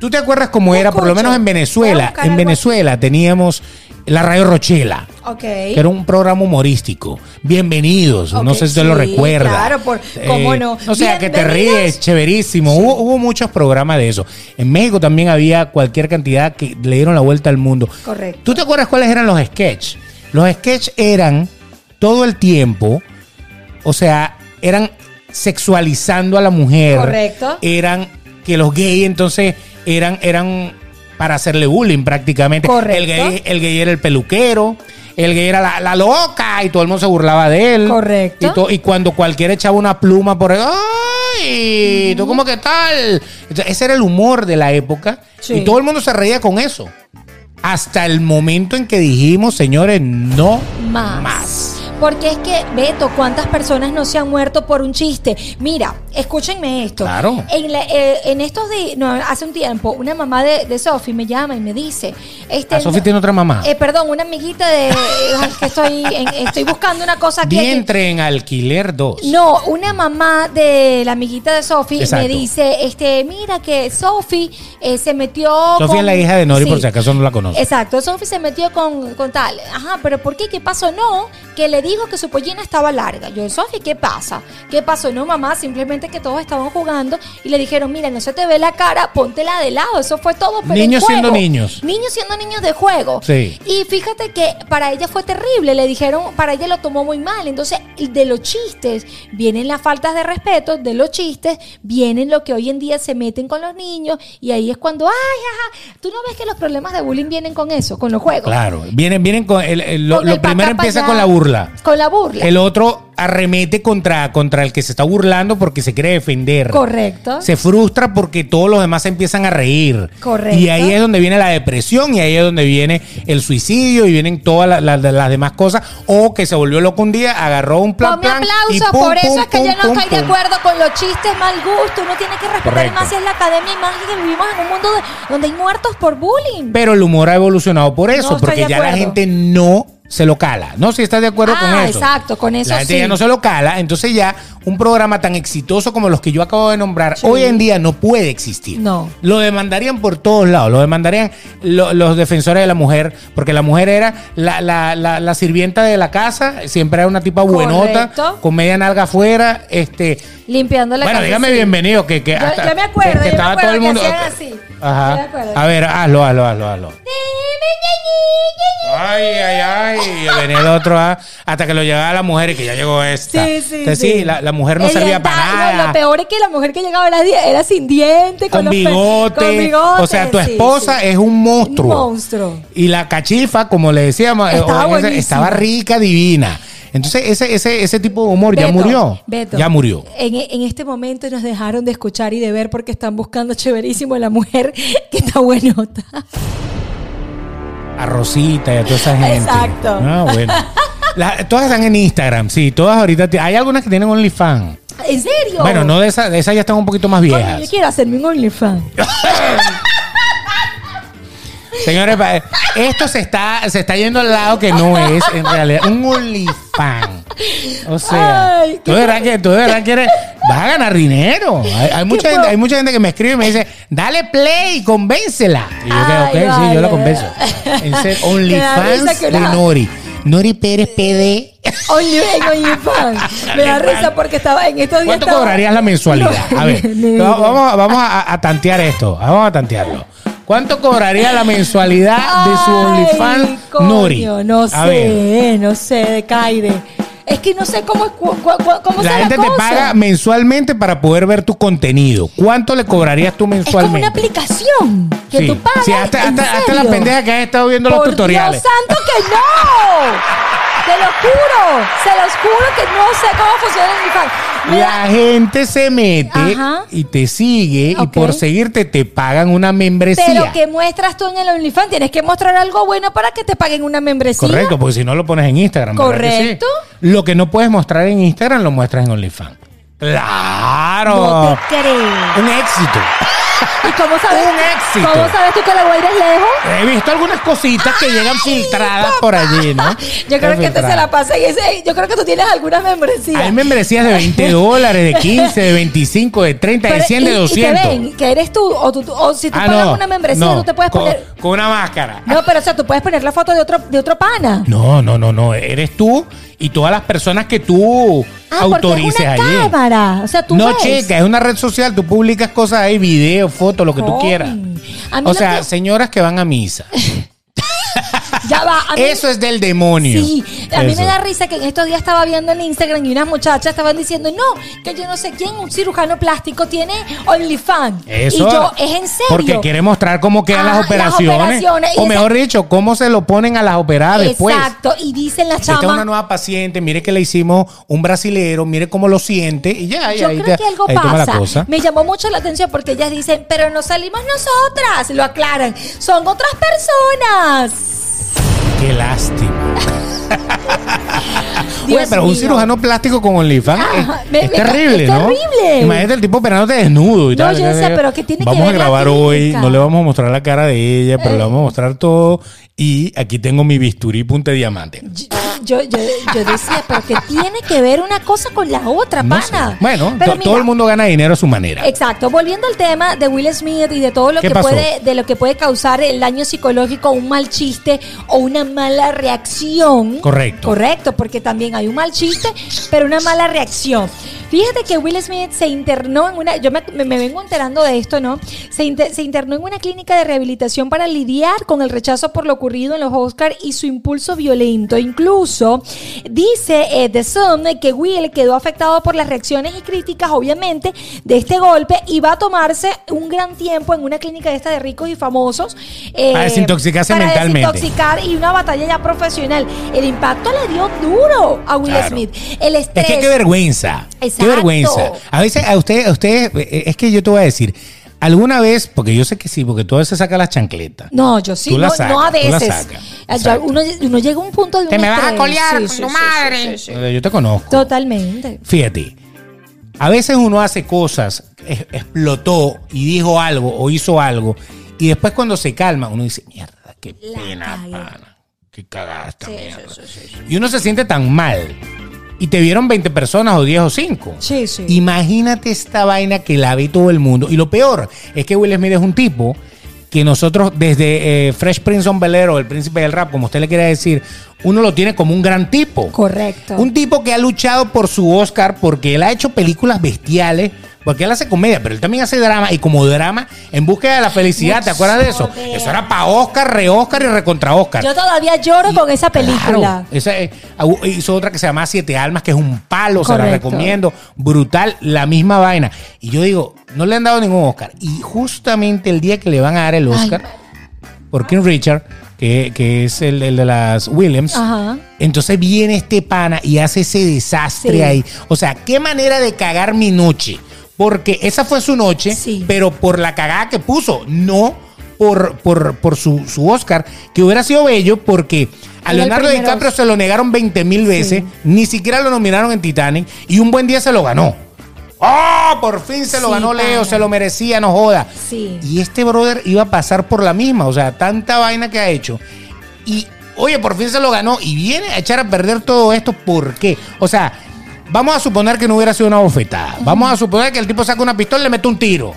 ¿tú te acuerdas cómo Te era? Por lo escucho. menos en Voy a Venezuela. buscar En algo aquí. Venezuela teníamos la Radio Rochela. Ok. Que era un programa humorístico. Bienvenidos. No Ok, sé si usted lo sí, recuerda. claro, por- cómo no. O sea, que te Bienvenidos. ríes, chéverísimo. Hubo, hubo muchos programas de eso. En México también había cualquier cantidad que le dieron la vuelta al mundo. Correcto. ¿Tú te acuerdas cuáles eran los sketches? Los sketches eran todo el tiempo, o sea, eran sexualizando a la mujer. Correcto. Eran que los gays entonces eran, eran para hacerle bullying prácticamente. Correcto. El gay, el gay era el peluquero. El gay era la, la loca y todo el mundo se burlaba de él. Correcto. Y, to- y cuando cualquiera echaba una pluma por ahí, ¡ay! ¿Tú cómo que tal? Entonces, ese era el humor de la época. Sí. Y todo el mundo se reía con eso. Hasta el momento en que dijimos, señores, no más. más. Porque es que, Beto, ¿cuántas personas no se han muerto por un chiste? Mira, escúchenme esto. Claro. En, la- eh, en estos días, no, hace un tiempo, una mamá de, de Sofi me llama y me dice... Este, Ah, Sofi tiene otra mamá. Eh, perdón, una amiguita de... eh, ay, es que estoy, en- estoy buscando una cosa pues, aquí. aquí. Vientre en alquiler 2. No, una mamá de la amiguita de Sofi me Exacto. dice, este, mira que Sofi eh, se metió Sofi es con- la hija de Nori, Sí. por si acaso no la conoce. Exacto, Sofi se metió con, con tal. Ajá, pero ¿por qué? ¿Qué pasó? No, que le dijo que su pollina estaba larga. Yo, Sofi, ¿qué pasa? ¿Qué pasó? No, mamá, simplemente que todos estaban jugando y le dijeron, mira, no se te ve la cara, póntela de lado. Eso fue todo. Pero en Niños siendo juego. niños. Niños siendo niños de juego. Sí. Y fíjate que para ella fue terrible, le dijeron, para ella lo tomó muy mal. Entonces, de los chistes vienen las faltas de respeto, de los chistes vienen lo que hoy en día se meten con los niños y ahí es cuando, ay, ajá, tú no ves que los problemas de bullying vienen con eso, con los juegos. Claro, vienen, vienen con. el- el- lo Con lo el pa' primero acá, pa' empieza allá. con la burla. Con la burla. El otro arremete contra, contra el que se está burlando porque se quiere defender. Correcto. Se frustra porque todos los demás se empiezan a reír. Correcto. Y ahí es donde viene la depresión y ahí es donde viene el suicidio y vienen todas la- la- las demás cosas. O que se volvió loco un día, agarró un plan. Ponme plan y aplausos, pum, por eso pum, es que pum, yo no pum, estoy de pum. acuerdo con los chistes mal gusto. Uno tiene que respetar Correcto. más si es la academia y más que vivimos en un mundo de- donde hay muertos por bullying. Pero el humor ha evolucionado por eso, No estoy porque de ya la acuerdo. gente no se lo cala. No, si estás de acuerdo Ah, con eso. exacto, con eso La gente sí. ya no se lo cala. Entonces ya un programa tan exitoso como los que yo acabo de nombrar hoy en día no puede existir. No. Lo demandarían por todos lados. Lo demandarían lo- los defensores de la mujer, porque la mujer era la, la- la- la sirvienta de la casa, siempre era una tipa buenota, Correcto. con media nalga afuera, este. Limpiando la Bueno, casa, dígame sí. bienvenido que, que Yo- hasta- yo me acuerdo, que- que yo me estaba acuerdo todo el que mundo. hacían así. Yo me acuerdo. Ajá. A ver, hazlo, hazlo, hazlo, hazlo. Ay, ay, ay. Y venía el otro ah, hasta que lo llegaba la mujer y que ya llegó esta. Sí, sí, Entonces, sí. la, la mujer no El servía dental, para no, nada. Lo peor es que la mujer que llegaba a las 10 era sin dientes, con, con, los pe- bigote, con bigote, O sea, tu sí, esposa sí. es un monstruo. Un monstruo. Y la cachifa, como le decíamos, eh, Estaba o en ese- buenísima. estaba rica, divina. Entonces, ese, ese, ese tipo de humor ya Beto, murió. Beto, Ya murió. En, en este momento nos dejaron de escuchar y de ver porque están buscando chéverísimo a la mujer que está buenota. A Rosita y a toda esa gente. Exacto. Ah, bueno. La- todas están en Instagram, sí, todas ahorita. ti- Hay algunas que tienen OnlyFans. ¿En serio? Bueno, no de esas, de esas ya están un poquito más Coño, yo viejas. quiero hacerme un OnlyFans. Señores, pa- esto se está, se está yendo al lado que no es en realidad un OnlyFans. O sea, Ay, tú qué- de verdad que tú de verdad quieres, vas a ganar dinero. Hay, hay mucha gente, po- hay mucha gente que me escribe y me dice, dale play, convéncela. Y yo Ay, que, ok, sí, yo vale. la convenzo. En ser Me da risa OnlyFans que de una- Nori. Nori Pérez PD. Only, en OnlyFans. Me da risa porque estaba en estos días. ¿Cuánto estaba- cobrarías la mensualidad? No, A ver, no, no. va- vamos, a- vamos a, a tantear esto. Vamos a tantearlo. ¿Cuánto cobraría la mensualidad de su Ay, OnlyFans coño, Nori? No A ver, sé, no sé, de Caire. Es que no sé cómo, es cu- cu- cu- cómo la sea gente te cosa. paga mensualmente para poder ver tu contenido. ¿Cuánto le cobrarías tú Es como una mensualmente? aplicación que Sí. tú pagas. Sí, hasta, ¿en hasta, hasta serio? las pendejas que han estado viendo los Por tutoriales. Dios santo que no. Te lo juro, se los juro que no sé cómo funciona el OnlyFans. Me da- La gente se mete Ajá. y te sigue y Ok. por seguirte te pagan una membresía. Pero que muestras tú en el OnlyFans, tienes que mostrar algo bueno para que te paguen una membresía. Correcto, porque si no lo pones en Instagram. ¿verdad que sí? Correcto. Lo que no puedes mostrar en Instagram lo muestras en OnlyFans. Claro. No te creo. Un éxito. ¿Y cómo sabes? Un éxito. ¿Cómo sabes tú que la Guaira es lejos? He visto algunas cositas que llegan filtradas papá. por allí, ¿no? Yo creo que te Filtradas. se la pasa y ese, yo creo que tú tienes alguna membresía. Hay membresías de 20 dólares, de 15, de 25, de 30, de Pero, 100, de y- y te 200. ven, que eres tú, o, tú- tú- o si tú Ah, pagas no, una membresía, no, Ah. tú te puedes con, poner. con una máscara. No, pero o sea, tú puedes poner la foto de otro, de otro pana. No, no, no, no. Eres tú y todas las personas que tú Ah, porque es autorices una allí. cámara. O sea, tú No, ves. chica, es una red social, tú publicas cosas ahí, videos, fotos, lo que tú Ay, quieras. a mí O lo sea, que- señoras que van a misa. Ya va. a mí- Eso es del demonio. Sí, a mí Eso. me da risa que en estos días estaba viendo en Instagram y unas muchachas estaban diciendo, no, que yo no sé quién, un cirujano plástico tiene OnlyFans. Eso. Y yo, es en serio. Porque quiere mostrar cómo quedan Ajá, las las operaciones. operaciones, y o esa- mejor dicho, cómo se lo ponen a las operadas Ah, después. Exacto. Y dicen las Esta es una chamas. nueva paciente, mire que le hicimos un brasilero, mire cómo lo siente y ya, y Yo ahí, creo te- que algo ahí toma la pasa. cosa. Me llamó mucho la atención porque ellas dicen, pero no salimos nosotras. Lo aclaran. Son otras personas. Qué lástima. Dios Oye, pero un mío. cirujano plástico con OnlyFans es, Ajá, me- es me- terrible, es ¿no? terrible. Imagínate el tipo operándote desnudo y No, tal. yo decía, pero ¿qué tiene que Vamos a ver la grabar hoy, clínica? no le vamos a mostrar la cara de ella, pero le vamos a mostrar todo. Y aquí tengo mi bisturí punta de diamante. Yo, yo, yo, yo decía, pero ¿qué tiene que ver una cosa con la otra, No sé. pana? Bueno, Pero to- todo mira, Eh, el mundo gana dinero a su manera. Exacto. Volviendo al tema de Will Smith y de todo lo ¿Qué que pasó? puede, de lo que puede causar el daño psicológico, un mal chiste o una mala reacción. Correcto. Correcto, porque también hay un mal chiste, pero una mala reacción. Fíjate que Will Smith se internó en una, yo me, me- me vengo enterando de esto, ¿no? Se, inter- se internó en una clínica de rehabilitación para lidiar con el rechazo por lo ocurrido en los Oscars y su impulso violento. Incluso dice eh, The Sun que Will quedó afectado por las reacciones y críticas, obviamente, de este golpe y va a tomarse un gran tiempo en una clínica de esta de ricos y famosos. eh, Para desintoxicarse para mentalmente. desintoxicar- criticar y una batalla ya profesional. El impacto le dio duro a Will Claro. Smith. El Es estrés. que qué vergüenza. Qué Exacto. vergüenza. A veces a ustedes, a ustedes, eh, es que yo te voy a decir, alguna vez, porque yo sé que sí, porque tú a veces sacas las chancletas. no, yo sí, Tú la no, sacas, no a tú la veces. sacas. Ah, yo- Exacto. uno, uno llega a un punto de Te un me vas a estrés. colear Sí, con sí, tu sí, madre. sí, sí, sí. Yo te conozco. Totalmente. Fíjate, a veces uno hace cosas, es- explotó y dijo algo o hizo algo, y después cuando se calma, uno dice, mierda, qué La pena, cagué". pana. Qué cagaste, Sí, mierda". sí, sí, sí. Y uno se siente tan mal. Y te vieron 20 personas o 10 o 5. Sí, sí. Imagínate esta vaina que la ve todo el mundo. Y lo peor es que Will Smith es un tipo que nosotros desde eh, Fresh Prince on Bel Air o El Príncipe del Rap, como usted le quiera decir, uno lo tiene como un gran tipo. Correcto. Un tipo que ha luchado por su Oscar porque él ha hecho películas bestiales. Porque él hace comedia, pero él también hace drama. Y como drama, en búsqueda de la felicidad, ¿te acuerdas de eso? Mucho Eso era para Oscar, re Oscar y recontra Oscar. Yo todavía lloro con esa Claro, película. esa, eh, au- hizo otra que se llama Siete Almas, que es un palo, se la Correcto. recomiendo. Brutal, la misma vaina. Y yo digo, no le han dado ningún Oscar. Y justamente el día que le van a dar el Ay, Oscar, por King Richard, que, que es el, el de las Williams, Ajá. entonces viene este pana y hace ese desastre Sí. ahí. O sea, qué manera de cagar mi noche. Porque esa fue su noche, Sí. pero por la cagada que puso, no por, por, por su, su Oscar, que hubiera sido bello porque a Era el Leonardo primero. DiCaprio se lo negaron 20 mil veces, ni siquiera lo nominaron en Titanic y un buen día se lo ganó. ¡Oh! Por fin se lo Sí, ganó Leo, pana. se lo merecía, no joda. Sí. Y este brother iba a pasar por la misma, o sea, tanta vaina que ha hecho. Y, oye, por fin se lo ganó y viene a echar a perder todo esto, ¿por qué? O sea, vamos a suponer que no hubiera sido una bofetada. Vamos a suponer que el tipo saca una pistola y le mete un tiro.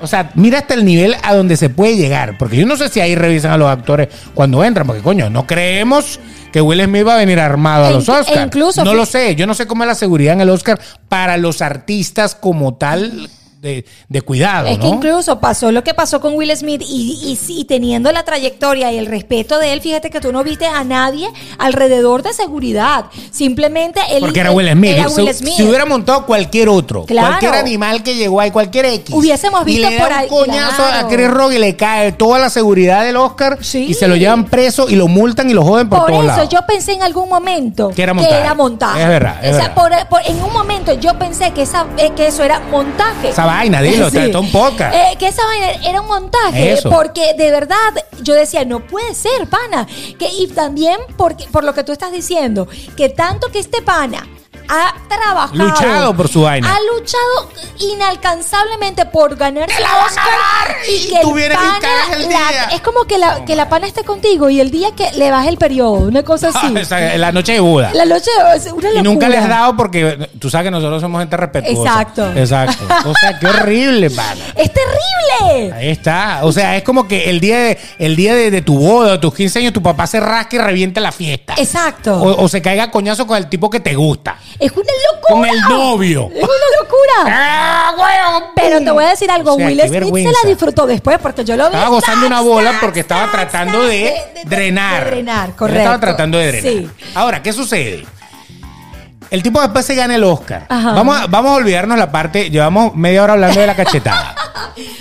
O sea, mira hasta el nivel a donde se puede llegar. Porque yo no sé si ahí revisan a los actores cuando entran. Porque, coño, no creemos que Will Smith va a venir armado a E los inclu- e Oscars. incluso- no lo sé. Yo no sé cómo es la seguridad en el Oscar para los artistas como tal de, de cuidado, Es ¿no? que incluso pasó lo que pasó con Will Smith y, y sí, teniendo la trayectoria y el respeto de él, fíjate que tú no viste a nadie alrededor de seguridad. Simplemente él. porque era Will Smith. Era Si- Will Smith. Si hubiera montado cualquier otro, Claro. cualquier animal que llegó ahí, cualquier X. Hubiésemos visto y le da por un ahí, coñazo claro. a Chris Rock y le cae toda la seguridad del Oscar Sí. y se lo llevan preso y lo multan y lo joden por, Por todos eso lados. yo pensé en algún momento Que era montaje. montaje. Es verdad, es O sea, verdad. por- por- en un momento yo pensé que, esa, eh, que eso era montaje. Esa vaina, dilo, Sí. está está un podcast. Eh, que esa vaina era un montaje. Eso. Porque de verdad yo decía, no puede ser, pana. Que, y también porque, por lo que tú estás diciendo, que tanto que este pana ha trabajado. Luchado por su vaina. Ha luchado inalcanzablemente por ganar su Oscar. Y tú vienes y cagas el la- día. es como que Oh, la, que la pana esté contigo y el día que le baje el periodo, una cosa así. O sea, la noche de Buda. La noche oh, es una locura. Ah, Y nunca les has dado porque tú sabes que nosotros somos gente respetuosa. Exacto. Exacto. O sea, qué horrible, pana. ¡Es terrible! Ahí está. O sea, es como que el día de, el día de, de tu boda, de tus 15 años, tu papá se rasca y revienta la fiesta. Exacto. O, o se caiga a coñazo con el tipo que te gusta. es una locura. Con el novio. Es una locura. ¡Ah, huevón! Pero te voy a decir algo, O sea, Will qué Smith se vergüenza. la disfrutó después porque yo lo vi. Estaba gozando una Tac, bola tac, porque estaba tac, tratando tac, de drenar. de drenar, Él correcto. Estaba tratando de drenar. Sí. Ahora, ¿qué sucede? El tipo después se gana el Oscar. Ajá. Vamos a, vamos a olvidarnos la parte. Llevamos media hora hablando de la cachetada.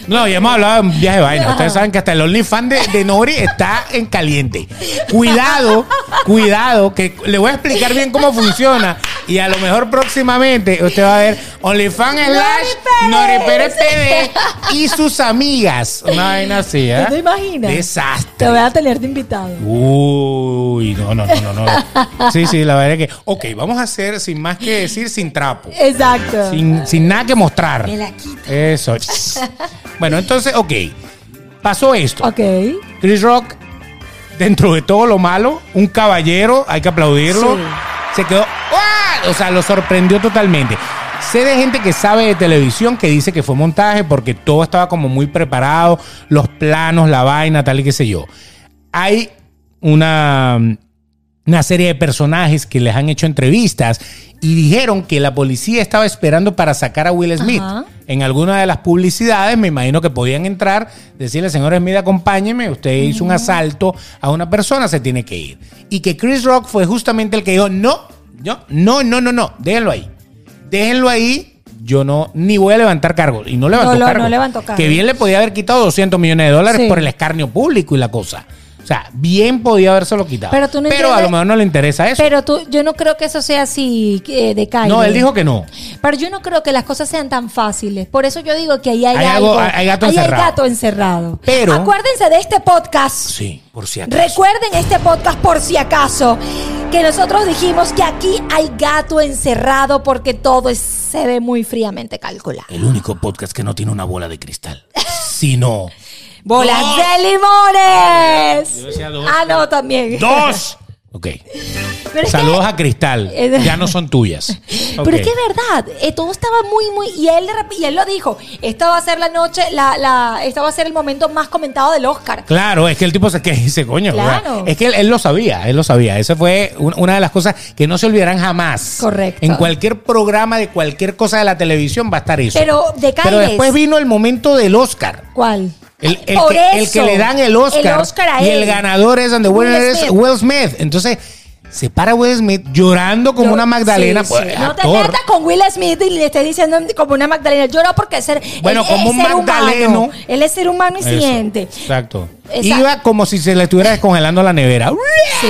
No, ya hemos hablado de un viaje de vaina. Ustedes saben que hasta el OnlyFans de, de Nori está en caliente. Cuidado, cuidado, que le voy a explicar bien cómo funciona. Y a lo mejor próximamente usted va a ver OnlyFans slash Nori Nori Pérez. Pérez TV y sus amigas. Una vaina así, ¿eh? ¿No te imaginas? Te Desastre. voy a tener de invitado. Uy, no, no, no, no, no. Sí, sí, la verdad es que. Ok, vamos a hacer sin más que decir, sin trapo. Exacto. Sin, sin nada que mostrar. Me la quita. Eso. Bueno, entonces, ok. Pasó esto. Ok. Chris Rock, dentro de todo lo malo, un caballero, hay que aplaudirlo. Sí. Se quedó. ¡guau! O sea, lo sorprendió totalmente. Sé de gente que sabe de televisión que dice que fue montaje porque todo estaba como muy preparado, los planos, la vaina, tal y qué sé yo. Hay una una serie de personajes que les han hecho entrevistas y dijeron que la policía estaba esperando para sacar a Will Smith. Ajá. En alguna de las publicidades, me imagino que podían entrar, decirle, señor Smith, acompáñeme, usted hizo un asalto a una persona, se tiene que ir. Y que Chris Rock fue justamente el que dijo, no, no, no, no, no, no, déjenlo ahí. Déjenlo ahí. Yo no, ni voy a levantar cargo. Y no levantó No, no, cargo. no levantó cargo. Que bien le podía haber quitado 200 millones de dólares Sí. por el escarnio público y la cosa. O sea, bien podía habérselo quitado. Pero tú no a entiendes- lo mejor no le interesa eso. Pero tú, yo no creo que eso sea así eh, de calle. no, él dijo que no. Pero yo no creo que las cosas sean tan fáciles. Por eso yo digo que ahí hay, Hay algo- algo. hay gato ahí encerrado. Hay gato encerrado. Pero- Acuérdense de este podcast. Sí, por si acaso. Recuerden este podcast por si acaso. Que nosotros dijimos que aquí hay gato encerrado porque todo es- se ve muy fríamente calculado. el único podcast que no tiene una bola de cristal. Sino ¡Bolas de limones! Yo decía dos. Ah, no, también. dos Ok. Pero es Saludos que- a Cristal. Eh, Ya no son tuyas. Pero Ok. es que es verdad, eh, todo estaba muy, muy. Y él, de rep- y él lo dijo: esta va a ser la noche, la, la, esta va a ser el momento más comentado del Oscar. Claro, es que el tipo se que dice, coño, o sea, Claro. es que él, él lo sabía, él lo sabía. Esa fue un- una de las cosas que no se olvidarán jamás. Correcto. En cualquier programa de cualquier cosa de la televisión va a estar eso. Pero de Pero Caires. después vino el momento del Oscar. ¿Cuál? El, el Por que, el eso, que le dan el Oscar, el Oscar a y él. el ganador es donde Will winner es Smith. Will Smith. Entonces se para Will Smith llorando como Yo- una Magdalena. sí, pues, sí. No te actor. metas con Will Smith y le estés diciendo como una Magdalena. Llora porque es ser. Bueno, él como es un ser magdaleno. Humano. Él es ser humano y Eso, siguiente. Exacto. Exacto. Iba como si se le estuviera descongelando la nevera. Sí.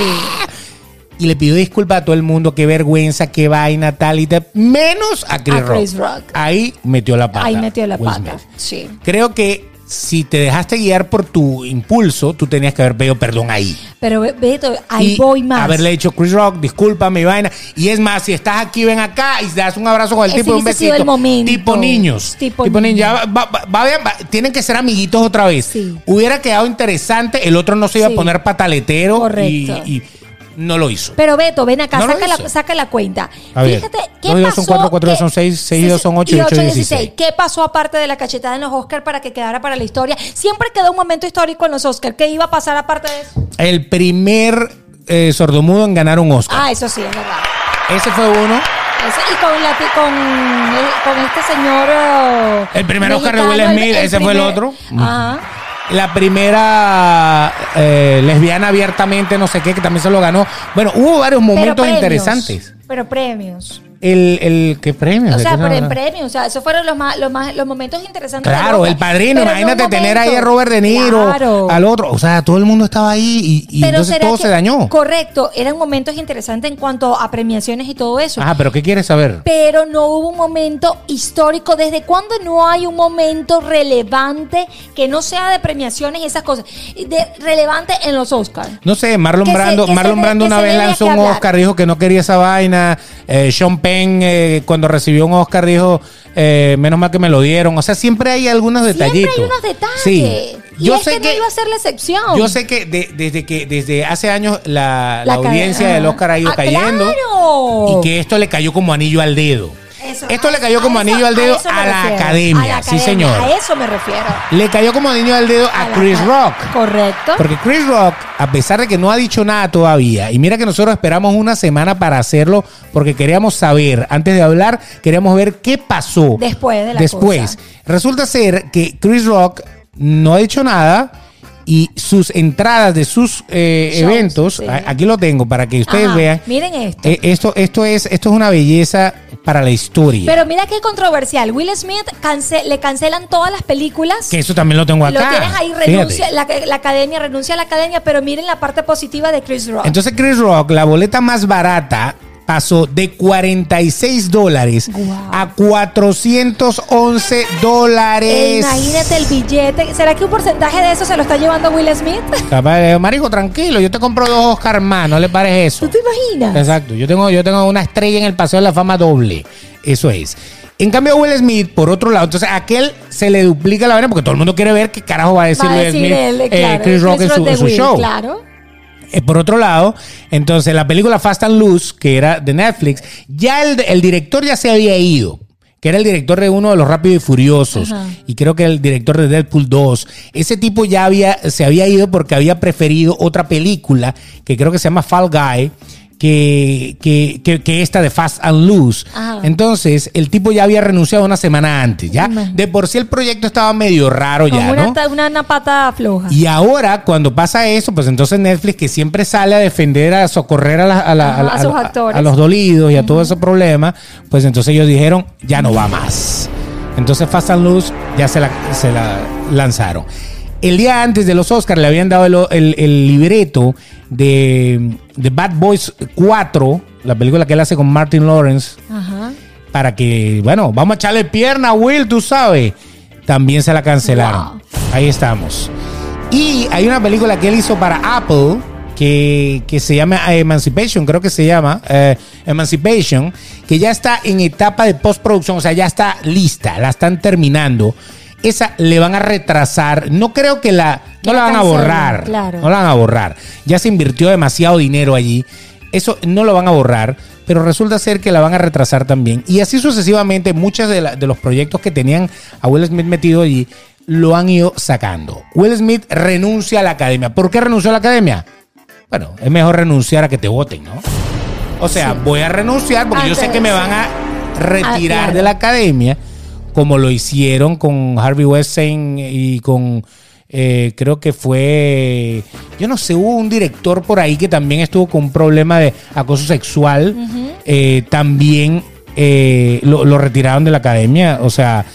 Y le pidió disculpas a todo el mundo. Qué vergüenza, qué vaina, tal y tal. Menos a Chris, A Chris Rock. Rock. Ahí metió la pata. Ahí metió la Will pata. Smith. Sí. Creo que si te dejaste guiar por tu impulso, tú tenías que haber pedido perdón ahí. Pero Be- Beto, ahí Y voy más. Haberle dicho Chris Rock, disculpa mi vaina. Y es más, si estás aquí, ven acá y das un abrazo con el Ese tipo y un hubiese besito. sido el momento. Tipo niños. Tipo niños. Ya niños. va- va- va- va- tienen que ser amiguitos otra vez. Sí. Hubiera quedado interesante, el otro no se iba Sí. a poner pataletero. Correcto. Y, y no lo hizo. Pero Beto, ven acá, No lo saca, hizo. la, saca la cuenta. A ver, Fíjate, ¿qué dos y dos pasó? son cuatro, cuatro y dos son seis, seis y dos son ocho, y ocho es dieciséis. ¿Qué pasó aparte de la cachetada en los Oscars para que quedara para la historia? Siempre quedó un momento histórico en los Oscars. ¿Qué iba a pasar aparte de eso? El primer eh, sordomudo en ganar un Oscar. Ah, eso sí, es verdad. Ese fue uno. Ese- y con, la, con, el- con este señor. eh, El primer Oscar de mexicano, Will el- Smith, ese fue el otro. Ajá. La primera eh, lesbiana abiertamente, no sé qué, que también se lo ganó. Bueno, hubo varios Pero momentos premios, interesantes. Pero premios. El, el ¿qué premio? O sea, pero premio. en premios, o sea, esos fueron los más, los más, los momentos interesantes. del Claro, Oscar. el padrino, Pero en imagínate un tener ahí a momento- Robert De Niro, Claro. al otro, o sea, todo el mundo estaba ahí y, y Pero entonces ¿será todo que- se dañó. Correcto, eran momentos interesantes en cuanto a premiaciones y todo eso. Ajá, pero ¿qué quieres saber? Pero no hubo un momento histórico. ¿Desde cuándo no hay un momento relevante que no sea de premiaciones y esas cosas? De- relevante en los Oscars. No sé, Marlon Que se- Brando, que se Marlon de- Brando que una se vez debe lanzó que un hablar. Oscar, dijo que no quería esa vaina. Eh, Sean Penn, eh, cuando recibió un Oscar, dijo, eh, menos mal que me lo dieron. O sea, siempre hay algunos Siempre detallitos. hay unos detalles. Sí. Y Yo este sé no que iba a ser la excepción. Yo sé que de- desde que desde hace años la, la La ca- audiencia del Oscar ha ido Ah, cayendo claro. y que esto le cayó como anillo al dedo. Oh. Eso, esto le a- cayó como a eso- anillo al dedo eso me a la, refiero. academia, A la sí academia, señor. A eso me refiero. Le cayó como anillo al dedo a, la Chris acad- Rock. Correcto. Porque Chris Rock, a pesar de que no ha dicho nada todavía, y mira que nosotros esperamos una semana para hacerlo, porque queríamos saber, antes de hablar, queríamos ver qué pasó. Después de la Después. cosa. Resulta ser que Chris Rock no ha dicho nada y sus entradas de sus eh, Shows, eventos, sí. a- aquí lo tengo para que ustedes Ajá, vean. Miren esto. Eh, esto, esto, es, esto es una belleza para la historia. Pero mira qué controversial. Will Smith cance- le cancelan todas las películas. que eso también lo tengo Lo acá. tienes ahí, Fíjate. renuncia la, la academia, renuncia a la academia, pero miren la parte positiva de Chris Rock. Entonces Chris Rock, la boleta más barata, pasó de 46 dólares Guau. a 411 dólares. Imagínate el billete. ¿Será que un porcentaje de eso se lo está llevando Will Smith? Capaz, eh, Marico, tranquilo, yo te compro dos Oscar más, ¿no le parece eso? ¿Tú te imaginas? Exacto, yo tengo, yo tengo una estrella en el Paseo de la Fama doble. Eso es. En cambio, Will Smith, por otro lado, entonces a aquel se le duplica la vaina porque todo el mundo quiere ver qué carajo va a decir, Va a Will decir Smith, él, eh, claro, Chris Rock en su, de en su Will, show. Claro. Eh, por otro lado, entonces la película Fast and Loose, que era de Netflix, ya el, el director ya se había ido, que era el director de uno de los Rápidos y Furiosos, Ajá. y creo que el director de Deadpool 2. Ese tipo ya había, se había ido porque había preferido otra película, que creo que se llama Fall Guy, que, que, que- que esta de Fast and Loose. Ajá. Entonces, el tipo ya había renunciado una semana antes, ¿ya? Imagínate. De por sí el proyecto estaba medio raro Con ya, una, ¿no? ta- una, una pata floja. Y ahora, cuando pasa eso, pues entonces Netflix, que siempre sale a defender, a socorrer a, la- a la- Ajá, a la- a sus a- actores. a los dolidos y a todos esos problemas, pues entonces ellos dijeron, ya no va más. Entonces Fast and Loose ya se la, se la lanzaron. El día antes de los Oscars le habían dado el, el- el libreto de, de Bad Boys 4, la película que él hace con Martin Lawrence, Ajá. para que, bueno, vamos a echarle pierna a Will, tú sabes. También se la cancelaron. Wow. Ahí estamos. Y hay una película que él hizo para Apple que, que se llama eh, Emancipation, creo que se llama eh, Emancipation, que ya está en etapa de postproducción, o sea, ya está lista, la están terminando. Esa le van a retrasar. No creo que la No la la van a cancelan, borrar. claro. No la van a borrar. Ya se invirtió demasiado dinero allí. Eso no lo van a borrar, pero resulta ser que la van a retrasar también. Y así sucesivamente, muchos de, la- de los proyectos que tenían a Will Smith metido allí lo han ido sacando. Will Smith renuncia a la academia. ¿Por qué renunció a la academia? Bueno, es mejor renunciar a que te voten, ¿no? O sea, voy a renunciar porque yo sé Antes, que me Ah, sí. van a retirar Ah, claro. de la academia, como lo hicieron con Harvey Weinstein y con. eh, creo que fue. Yo no sé, hubo un director por ahí que también estuvo con un problema de acoso sexual. eh, también eh, lo, lo retiraron de la academia. O sea.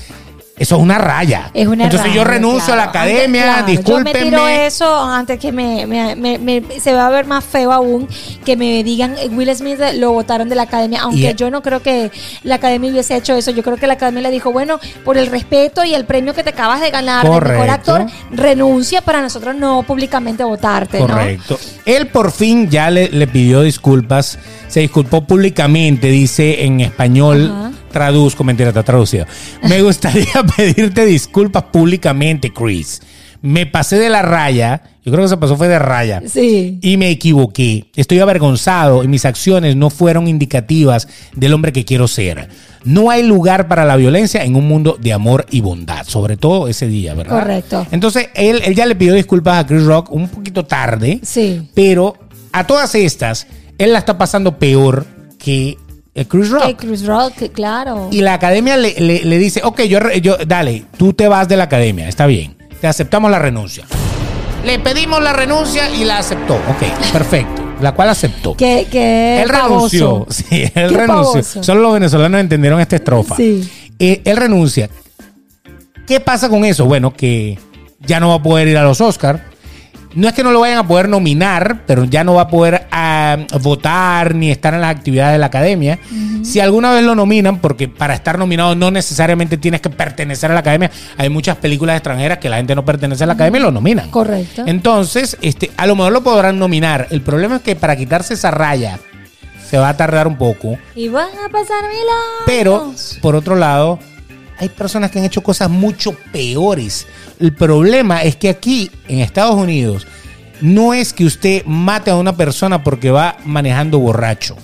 Eso es una raya. Es una Entonces yo raya, renuncio a la claro. Antes, academia, claro, Yo me tiro discúlpenme. eso antes que me, me- me- me- se va a ver más feo aún que me digan eh, Will Smith lo votaron de la academia, aunque Y- eh yo no creo que la academia hubiese hecho eso. Yo creo que la academia le dijo, bueno, por el respeto y el premio que te acabas de ganar de mejor Correcto. actor, renuncia para nosotros no públicamente votarte, ¿no? Correcto. Él por fin ya le, le pidió disculpas. Se disculpó públicamente, dice en español. Ajá. Traduzco, mentira, está traducido. Me gustaría pedirte disculpas públicamente, Chris. Me pasé de la raya. Yo creo que se pasó fue de raya. Sí. Y me equivoqué. Estoy avergonzado y mis acciones no fueron indicativas del hombre que quiero ser. No hay lugar para la violencia en un mundo de amor y bondad, sobre todo ese día, ¿verdad? Correcto. Entonces, él, él ya le pidió disculpas a Chris Rock un poquito tarde, Sí. pero a todas estas, él la está pasando peor que eh, Chris Rock. Que Chris Rock, claro. Y la academia le, le- le dice, ok, yo, re- yo, dale, tú te vas de la academia, está bien. Te aceptamos la renuncia. Le pedimos la renuncia y la aceptó. Ok, perfecto. La cual aceptó. que, que Él pavoso. renunció. Sí, él Qué renunció. pavoso. Solo los venezolanos entendieron esta estrofa. Sí. Eh, él renuncia. ¿Qué pasa con eso? Bueno, que ya no va a poder ir a los Oscars. No es que no lo vayan a poder nominar, pero ya no va a poder ah, votar ni estar en las actividades de la academia. Si alguna vez lo nominan, porque para estar nominado no necesariamente tienes que pertenecer a la academia. Hay muchas películas extranjeras que la gente no pertenece a la academia y lo nominan. Correcto. Entonces, este, a lo mejor lo podrán nominar. El problema es que para quitarse esa raya se va a tardar un poco. Y van a pasar milagros. Pero, por otro lado, hay personas que han hecho cosas mucho peores. El problema es que aquí, en Estados Unidos, no es que usted mate a una persona porque va manejando borracho.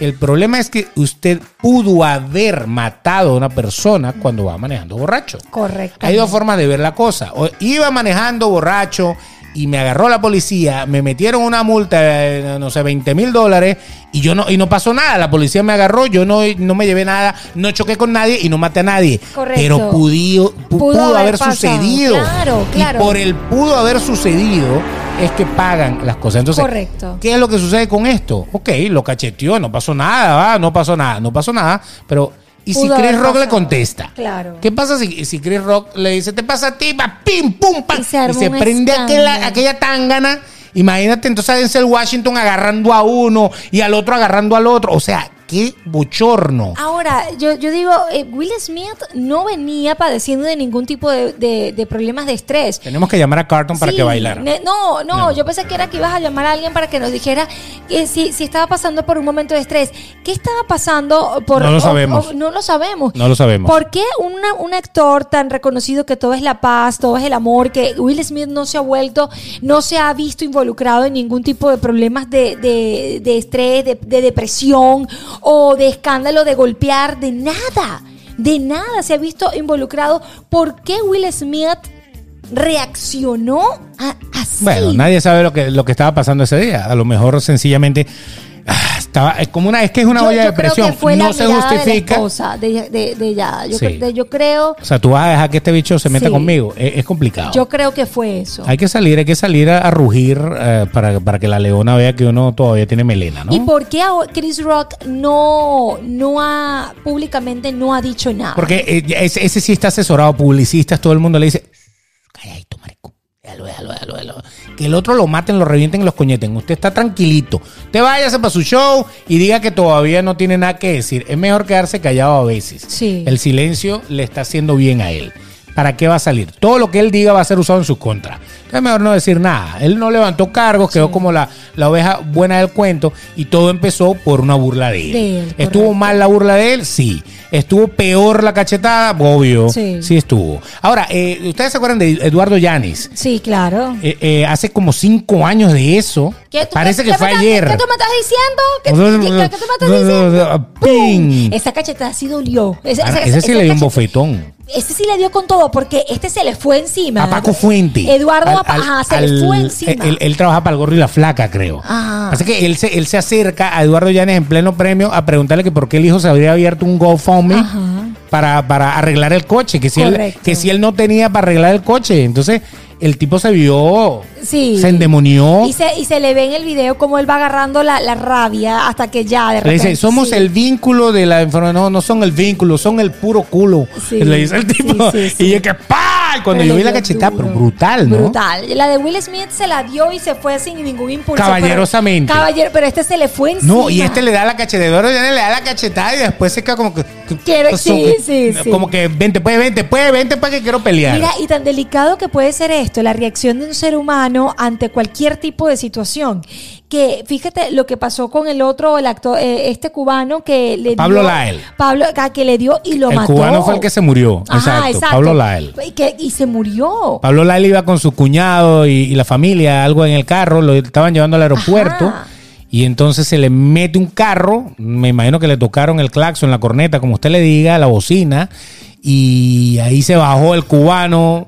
El problema es que usted pudo haber matado a una persona cuando va manejando borracho. Correcto. Hay dos formas de ver la cosa. O iba manejando borracho y me agarró la policía, me metieron una multa de, no sé, 20 mil dólares y yo no, y no pasó nada. La policía me agarró, yo no, no me llevé nada, no choqué con nadie y no maté a nadie. Correcto. Pero pudo, pu- Pudo pudo haber haber pasado. sucedido. Claro, claro. Y por el pudo haber sucedido es que pagan las cosas. Entonces, Correcto. ¿Qué es lo que sucede con esto? Ok, lo cacheteó, no pasó nada, va, no pasó nada, no pasó nada, pero ¿y si Pudo haber Chris Rock le pasado. contesta? Claro. ¿Qué pasa si, si Chris Rock le dice, te pasa a ti, pa, pim, pum, pa? Y se arma un prende escándalo. aquella, aquella tangana. Imagínate entonces a Denzel Washington agarrando a uno y al otro agarrando al otro. O sea, qué bochorno. Ahora, yo, yo digo, eh, Will Smith no venía padeciendo de ningún tipo de, de- de problemas de estrés. Tenemos que llamar a Carlton para Sí, que bailara. ne- No, no, No. yo pensé que era que ibas a llamar a alguien para que nos dijera que si, si estaba pasando por un momento de estrés. ¿Qué estaba pasando por No lo o- sabemos. o- no lo sabemos. No lo sabemos. ¿Por qué una- un actor tan reconocido que todo es la paz, todo es el amor, que Will Smith no se ha vuelto, no se ha visto involucrado en ningún tipo de problemas de, de- de estrés, de, de depresión o de escándalo, de golpear, de nada? De nada se ha visto involucrado. ¿Por qué Will Smith reaccionó a- así. Bueno, nadie sabe lo que, lo que estaba pasando ese día. A lo mejor sencillamente ah, estaba. Es como una. Es que es una Yo- olla yo de presión. Creo que fue no la se mirada justifica. De, la esposa, de, de- de Yada. Yo, Sí. cre- de- yo creo, O sea, tú vas a dejar que este bicho se meta Sí. conmigo. Es, es complicado. yo creo que fue eso. Hay que salir, hay que salir a, a rugir eh, para, para que la leona vea que uno todavía tiene melena, ¿no? ¿Y por qué ahora Chris Rock no, no ha públicamente no ha dicho nada? Porque eh, ya ese, ese sí está asesorado, publicistas, todo el mundo le dice, calladito, marico. Déjalo, déjalo, déjalo, déjalo. Que el otro lo maten, lo revienten, los coñeten. Usted está tranquilito. Te váyase para su show y diga que todavía no tiene nada que decir. Es mejor quedarse callado a veces. Sí. El silencio le está haciendo bien a él. ¿Para qué va a salir? Todo lo que él diga va a ser usado en su contra. es mejor no decir nada. Él no levantó cargos, quedó como la, la oveja buena del cuento y todo empezó por una burla de él. De él, ¿Estuvo correcto. mal la burla de él? Sí. ¿Estuvo peor la cachetada? Obvio. Sí, Sí. estuvo. Ahora, eh, ¿ustedes se acuerdan de Eduardo Yanis? Sí, claro. Eh, eh, hace como cinco años de eso. ¿Qué tú- Parece qué que me fue estás- ayer. ¿Qué tú me estás diciendo? ¿Qué, qué- qué tú me estás diciendo? ¡Ping! ¡Pum! Esa cachetada sí dolió. Esa- Ah, esa- Ese sí esa le dio un cacheta- bofetón. Ese sí le dio con todo porque este se le fue encima. A Paco Fuente. Eduardo, Al- a Pa- al- ajá, se al- eh, le fue encima. Él, él trabaja para el gorro y la flaca, creo. Ah. Así que él se, él se acerca a Eduardo Llanes en pleno premio a preguntarle que por qué el hijo se habría abierto un GoFundMe Ajá. para, para arreglar el coche, que si, él, Correcto. que si él no tenía para arreglar el coche. Entonces el tipo se vio, Sí. se endemonió. Y se, y se le ve en el video como él va agarrando la, la rabia hasta que ya de Le repente. dice, somos sí. el vínculo de la enfermedad. No, no son el vínculo, son el puro culo. Sí, le dice el sí, tipo. sí, sí. Y yo que ¡pa! Y Cuando yo Pero le vi la dio cachetada, pero duro. brutal, ¿no? Brutal. La de Will Smith se la dio y se fue sin ningún impulso. Caballerosamente. Pero, caballero, pero este se le fue encima. No, y este le da la cachetada, Eduardo Llanes le da la cachetada y después se queda como que. que- Quiere- que- sí, sí, sí. Como que vente, pues, vente, pues, vente para que quiero pelear. Mira, y tan delicado que puede ser esto, la reacción de un ser humano ante cualquier tipo de situación. Que fíjate lo que pasó con el otro, el actor, eh, este cubano que le Pablo dio. Lael. Pablo ah, que le dio y lo el mató. cubano fue el que se murió. Ajá, Ah, exacto, Pablo Lael. Y, que- y se murió. Pablo Lael iba con su cuñado y, y la familia, algo en el carro, lo estaban llevando al aeropuerto. Ajá. Y entonces se le mete un carro, me imagino que le tocaron el claxon, la corneta, como usted le diga, la bocina. Y ahí se bajó el cubano.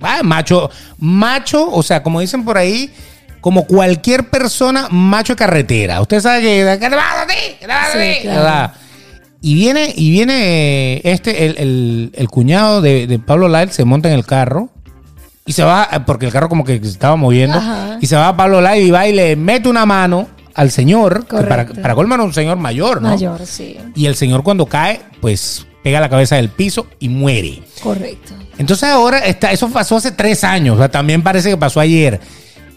Ah, macho, macho, o sea, como dicen por ahí, como cualquier persona, macho de carretera. Usted sabe que... que te vas a ti, que te vas a Sí, ti, claro. ¿verdad? Y viene, y viene eh, este, el, el- el cuñado de, de Pablo Lael se monta en el carro y se va, eh, porque el carro como que se estaba moviendo, Ajá. y se va a Pablo Lael y va y le mete una mano al señor, que para, Correcto. para Goldman era un señor mayor, ¿no? Mayor, sí. Y el señor cuando cae, pues pega la cabeza del piso y muere. Correcto. Entonces ahora, está, eso pasó hace tres años, o sea, también parece que pasó ayer.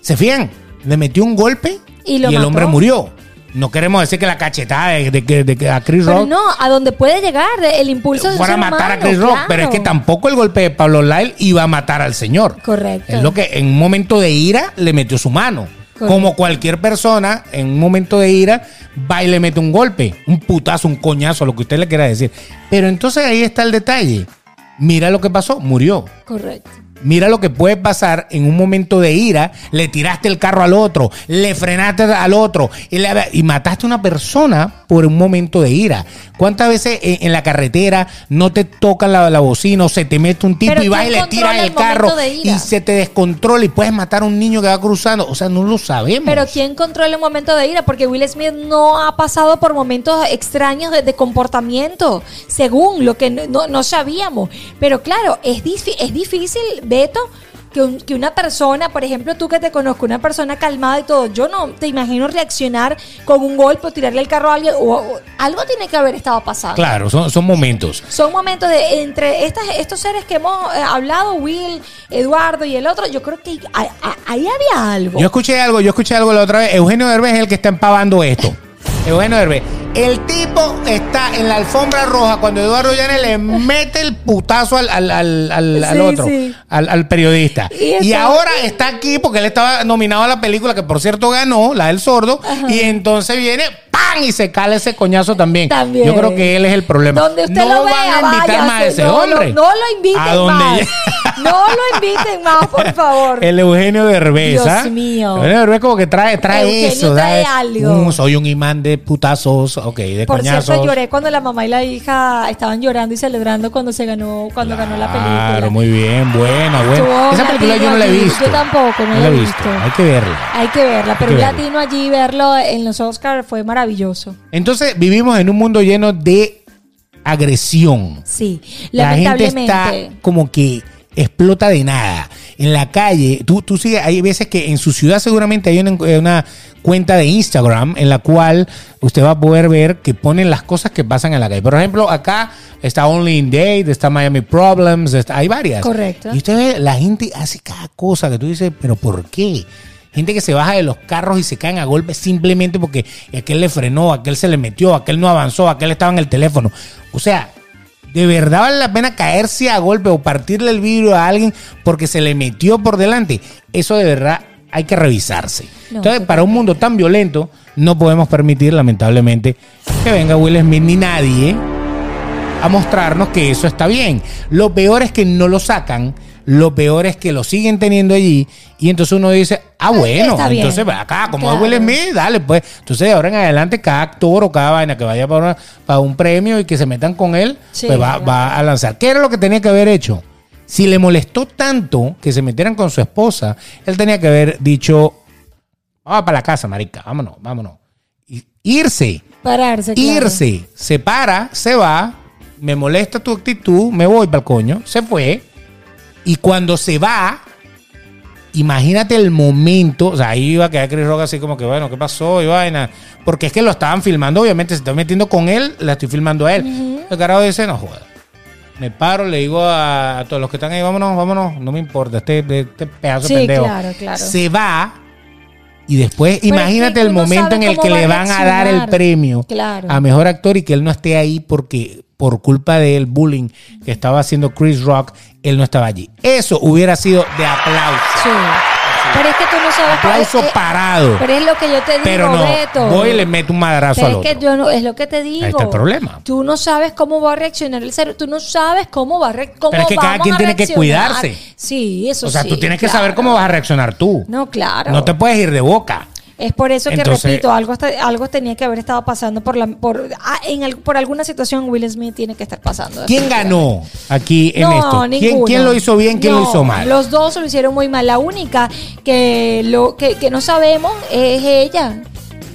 ¿Se fijan? Le metió un golpe Y lo el mató. hombre murió. No queremos decir que la cachetada de, de, de- de- a Chris Pero Rock no, a donde puede llegar de- el impulso de un fuera a ser matar a humano, Chris Rock, claro. pero es que tampoco el golpe de Pablo Lyle iba a matar al señor. Correcto. Es lo que en un momento de ira le metió su mano. Correcto. Como cualquier persona, en un momento de ira, va y le mete un golpe, un putazo, un coñazo, lo que usted le quiera decir. Pero entonces ahí está el detalle. Mira lo que pasó, murió. Correcto. Mira lo que puede pasar en un momento de ira. Le tiraste el carro al otro, le frenaste al otro y, le- y mataste a una persona por un momento de ira. ¿Cuántas veces en, en la carretera no te tocan la, la bocina o se te mete un tipo Pero y va y ¿quién le tira controla el, el carro momento de y ira? se te descontrola y puedes matar a un niño que va cruzando? O sea, no lo sabemos. Pero ¿quién controla el momento de ira? Porque Will Smith no ha pasado por momentos extraños de, de comportamiento, según lo que no, no- no sabíamos. Pero claro, es, difi- es difícil, Beto, que, un- que una persona, por ejemplo, tú que te conozco, una persona calmada y todo, yo no te imagino reaccionar con un golpe o tirarle el carro a alguien. O, o- algo tiene que haber estado pasando. Claro, son, son momentos. Son momentos de entre estas, estos seres que hemos eh, hablado, Will, Eduardo y el otro, yo creo que a- a- ahí había algo. Yo escuché algo, yo escuché algo la otra vez. Eugenio Derbez es el que está empavando esto. Eugenio Derbez. El tipo está en la alfombra roja cuando Eduardo Llanes le mete el putazo al, al- al- al- al Sí, otro, sí. al, al periodista. Y Y, está- ahora está aquí porque él estaba nominado a la película que por cierto ganó, la del sordo, y entonces viene ¡pam! y se cala ese coñazo también. También. Yo creo que él es el problema. Donde usted lo van vea, a invitar váyase. más a ese no, lo- hombre. No, lo inviten A donde más. llegue. No lo inviten más, por favor. El Eugenio Derbez, Dios ¿ah? mío. Eugenio Derbez como que trae, trae Eugenio eso. trae algo. "Mm, soy un imán de putazos, ok, de por coñazos. cierto, lloré cuando la mamá y la hija estaban llorando y celebrando cuando se ganó, cuando ganó la película. Claro, muy bien, buena, buena. Tuvo Esa un película yo latido no la he allí. visto. Yo tampoco, no la he visto. Hay que verla. Hay que verla, pero que un verla. latino allí verlo en los Oscars fue maravilloso. Entonces, vivimos en un mundo lleno de agresión. Sí, La gente lamentablemente. está como que explota de nada. En la calle, tú, tú sigues, hay veces que en su ciudad seguramente hay una, eh, una cuenta de Instagram en la cual usted va a poder ver que ponen las cosas que pasan en la calle. Por ejemplo, acá está Only in Date, está Miami Problems, está- hay varias. Correcto. Y usted ve, la gente hace cada cosa que tú dices, pero ¿por qué? Gente que se baja de los carros y se caen a golpes simplemente porque aquel le frenó, aquel se le metió, aquel no avanzó, aquel estaba en el teléfono. O sea, ¿De verdad vale la pena caerse a golpe o partirle el vidrio a alguien porque se le metió por delante? Eso de verdad hay que revisarse. No, Entonces, totalmente. para un mundo tan violento, no podemos permitir, lamentablemente, que venga Will Smith ni nadie a mostrarnos que eso está bien. Lo peor es que no lo sacan, lo peor es que lo siguen teniendo allí y entonces uno dice, ah, bueno, Está bien. entonces va acá, como es Claro. Will Smith, dale, pues. Entonces de ahora en adelante cada actor o cada vaina que vaya para, una- para un premio y que se metan con él, Sí, pues va, claro. va a lanzar. ¿Qué era lo que tenía que haber hecho? Si le molestó tanto que se metieran con su esposa, él tenía que haber dicho, vamos para la casa, marica, vámonos, vámonos. Y- Irse Pararse. claro. irse, se para, se va, me molesta tu actitud, me voy para coño, se fue. Y cuando se va, imagínate el momento, o sea, ahí iba a quedar Chris Rock así como que, bueno, ¿qué pasó? Y vaina. Porque es que lo estaban filmando, obviamente, se está metiendo con él, la estoy filmando a él. El carajo dice, no joda. Me paro, le digo a, a todos los que están ahí, vámonos, vámonos, no me importa, este, este pedazo Sí, de pendejo. claro, claro. Se va y después Pero es que imagínate el uno momento sabe en el cómo que va a le van a dar el reaccionar. premio Claro. a mejor actor y que él no esté ahí porque por culpa del bullying que estaba haciendo Chris Rock, él no estaba allí. Eso hubiera sido de aplauso. Sí. Pero es que tú no sabes. Aplauso eh, eh, parado. Pero es lo que yo te digo, Pero no, Beto. voy y le meto un madrazo al Pero es que otro. yo no, es lo que te digo. está el problema. Tú no sabes cómo va a reaccionar el ser, tú no sabes cómo va a re- cómo Pero es que cada vamos quien a tiene que reaccionar. cuidarse. Sí, eso O sea, sí, tú tienes que claro. saber cómo vas a reaccionar tú. No, claro. No te puedes ir de boca. Es por eso que Entonces- repito, algo está- algo tenía que haber estado pasando por la por ah, en al- por alguna situación Will Smith tiene que estar pasando. ¿Quién ganó aquí en no, esto? ¿Quién, ninguno. quién lo hizo bien? ¿Quién lo No, hizo mal? Los dos lo hicieron muy mal. La única que lo que, que no sabemos es ella.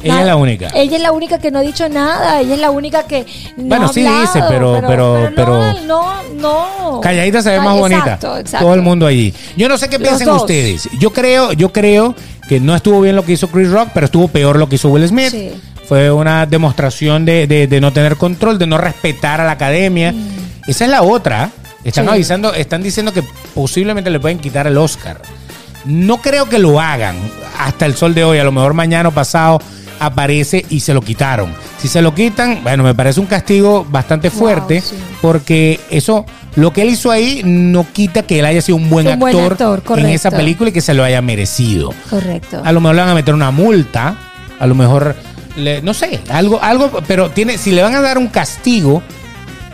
Ella Na- es la única. Ella es la única que no ha dicho nada. Ella es la única que no Bueno, ha sí dice, hablado, pero- pero- pero- no, no, no. Calladita se ve más Ay, bonita. Exacto, exacto. Todo el mundo allí. Yo no sé qué Los piensan dos. ustedes. Yo creo, yo creo que no estuvo bien lo que hizo Chris Rock, pero estuvo peor lo que hizo Will Smith. Sí. Fue una demostración de, de- de no tener control, de no respetar a la academia. Esa es la otra. Están Mm. Sí. avisando, están diciendo que posiblemente le pueden quitar el Oscar. No creo que lo hagan hasta el sol de hoy. A lo mejor mañana o pasado aparece y se lo quitaron. Si se lo quitan, bueno, me parece un castigo bastante Wow, fuerte sí. porque eso, lo que él hizo ahí no quita que él haya sido un buen Un buen actor, actor, en correcto. esa película y que se lo haya merecido. Correcto. A lo mejor le van a meter una multa, a lo mejor, le- no sé, algo, algo, pero tiene, si le van a dar un castigo,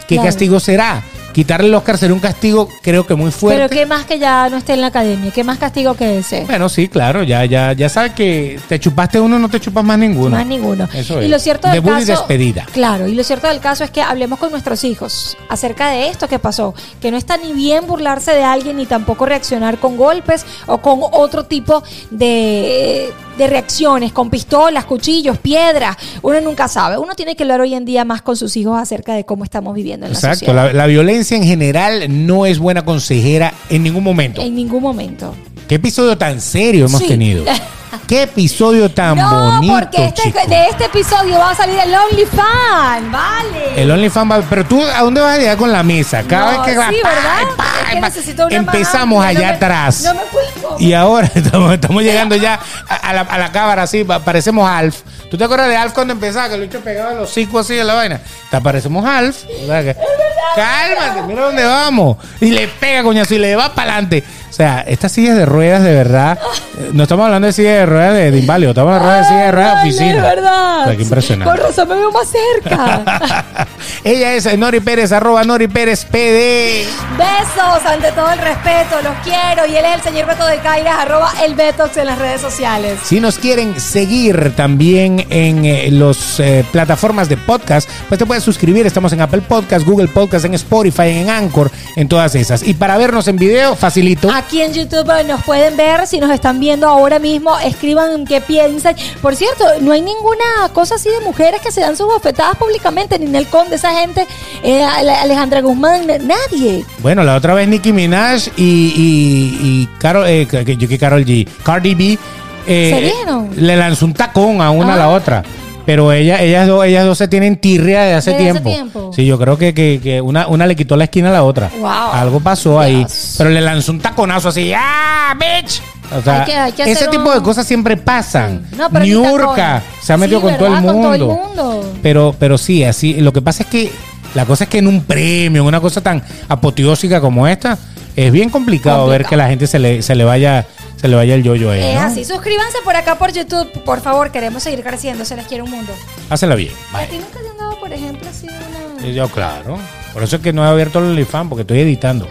¿qué Claro. castigo será? Quitarle el Oscar sería un castigo, creo que muy fuerte. Pero qué más que ya no esté en la academia, qué más castigo que ese. Bueno, sí, claro, ya, ya, ya sabes que te chupaste uno, no te chupas más ninguno. Más ninguno. Eso y es. lo cierto del Debut y caso, despedida. Claro, y lo cierto del caso es que hablemos con nuestros hijos acerca de esto que pasó, que no está ni bien burlarse de alguien ni tampoco reaccionar con golpes o con otro tipo de, de reacciones, con pistolas, cuchillos, piedras. Uno nunca sabe. Uno tiene que hablar hoy en día más con sus hijos acerca de cómo estamos viviendo en la Exacto, sociedad. la, la violencia en general no es buena consejera en ningún momento. En ningún momento. Qué episodio tan serio hemos Sí. tenido. Qué episodio tan no, bonito. porque este- chico. de este episodio va a salir el OnlyFan, vale. El OnlyFans va- Pero tú, ¿a dónde vas a llegar con la mesa? Cada No, vez que va- sí, pa, ¿verdad? pa, Es que pa. necesito una más Empezamos amplia, allá no me- atrás. no me puedo. Y ahora estamos, estamos llegando ya a, a la, a la cámara, así, pa- parecemos Alf. ¿Tú te acuerdas de Alf cuando empezaba? Que el bicho pegaba los hocico así de la vaina. Te parecemos Alf. O sea que- Cálmate, mira dónde vamos. Y le pega, coñazo, y le va para adelante. O sea, estas sillas de ruedas, de verdad, Ah. eh, no estamos hablando de sillas de ruedas de, de inválido, estamos hablando de sillas de ruedas de Ah, Vale, oficina. es verdad. O sea, qué impresionante. Con razón me veo más cerca. Ella es Nori Pérez, arroba Nori Pérez PD. Besos, ante todo el respeto, los quiero. Y él es el señor Beto de Cairas, arroba el Betox en las redes sociales. Si nos quieren seguir también en las plataformas de podcast, pues te puedes suscribir. Estamos en Apple Podcast, Google Podcast, en Spotify, en Anchor, en todas esas. Y para vernos en video, facilito. Aquí en YouTube eh, nos pueden ver, si nos están viendo ahora mismo, escriban qué piensan. Por cierto, no hay ninguna cosa así de mujeres que se dan sus bofetadas públicamente, ni en el conde, esa gente, eh, Ale- Alejandra Guzmán, na- nadie. Bueno, la otra vez Nicki Minaj y, y, y Carol, eh, que- que- que Karol G, Cardi B, eh, ¿Se vieron? le lanzó un tacón a una a la Ah. otra. Pero ella, ellas, dos, ellas dos se tienen tirria desde hace, Desde hace tiempo. tiempo. Sí, yo creo que, que- que una, una le quitó la esquina a la otra. Wow. Algo pasó ahí. Dios. Pero le lanzó un taconazo así. ¡Ah, bitch! O sea, Hay que- hay que ese hacer tipo un- de cosas siempre pasan. No, pero ni Niurka tacón. se ha metido Sí, con, todo el ¿verdad? Con todo el mundo. mundo. Pero, pero sí, así. Lo que pasa es que La cosa es que en un premio, en una cosa tan apoteósica como esta, es bien complicado, ver Complicado. que la gente se le, se le vaya se le vaya el yoyo a ella. Es ¿no? Eh, así. Suscríbanse por acá por YouTube. Por favor, queremos seguir creciendo. Se les quiere un mundo. Hazla bien. ¿A ti nunca te han dado, por ejemplo, así una.? Y Yo, claro. Por eso es que no he abierto el OnlyFans, porque estoy editando.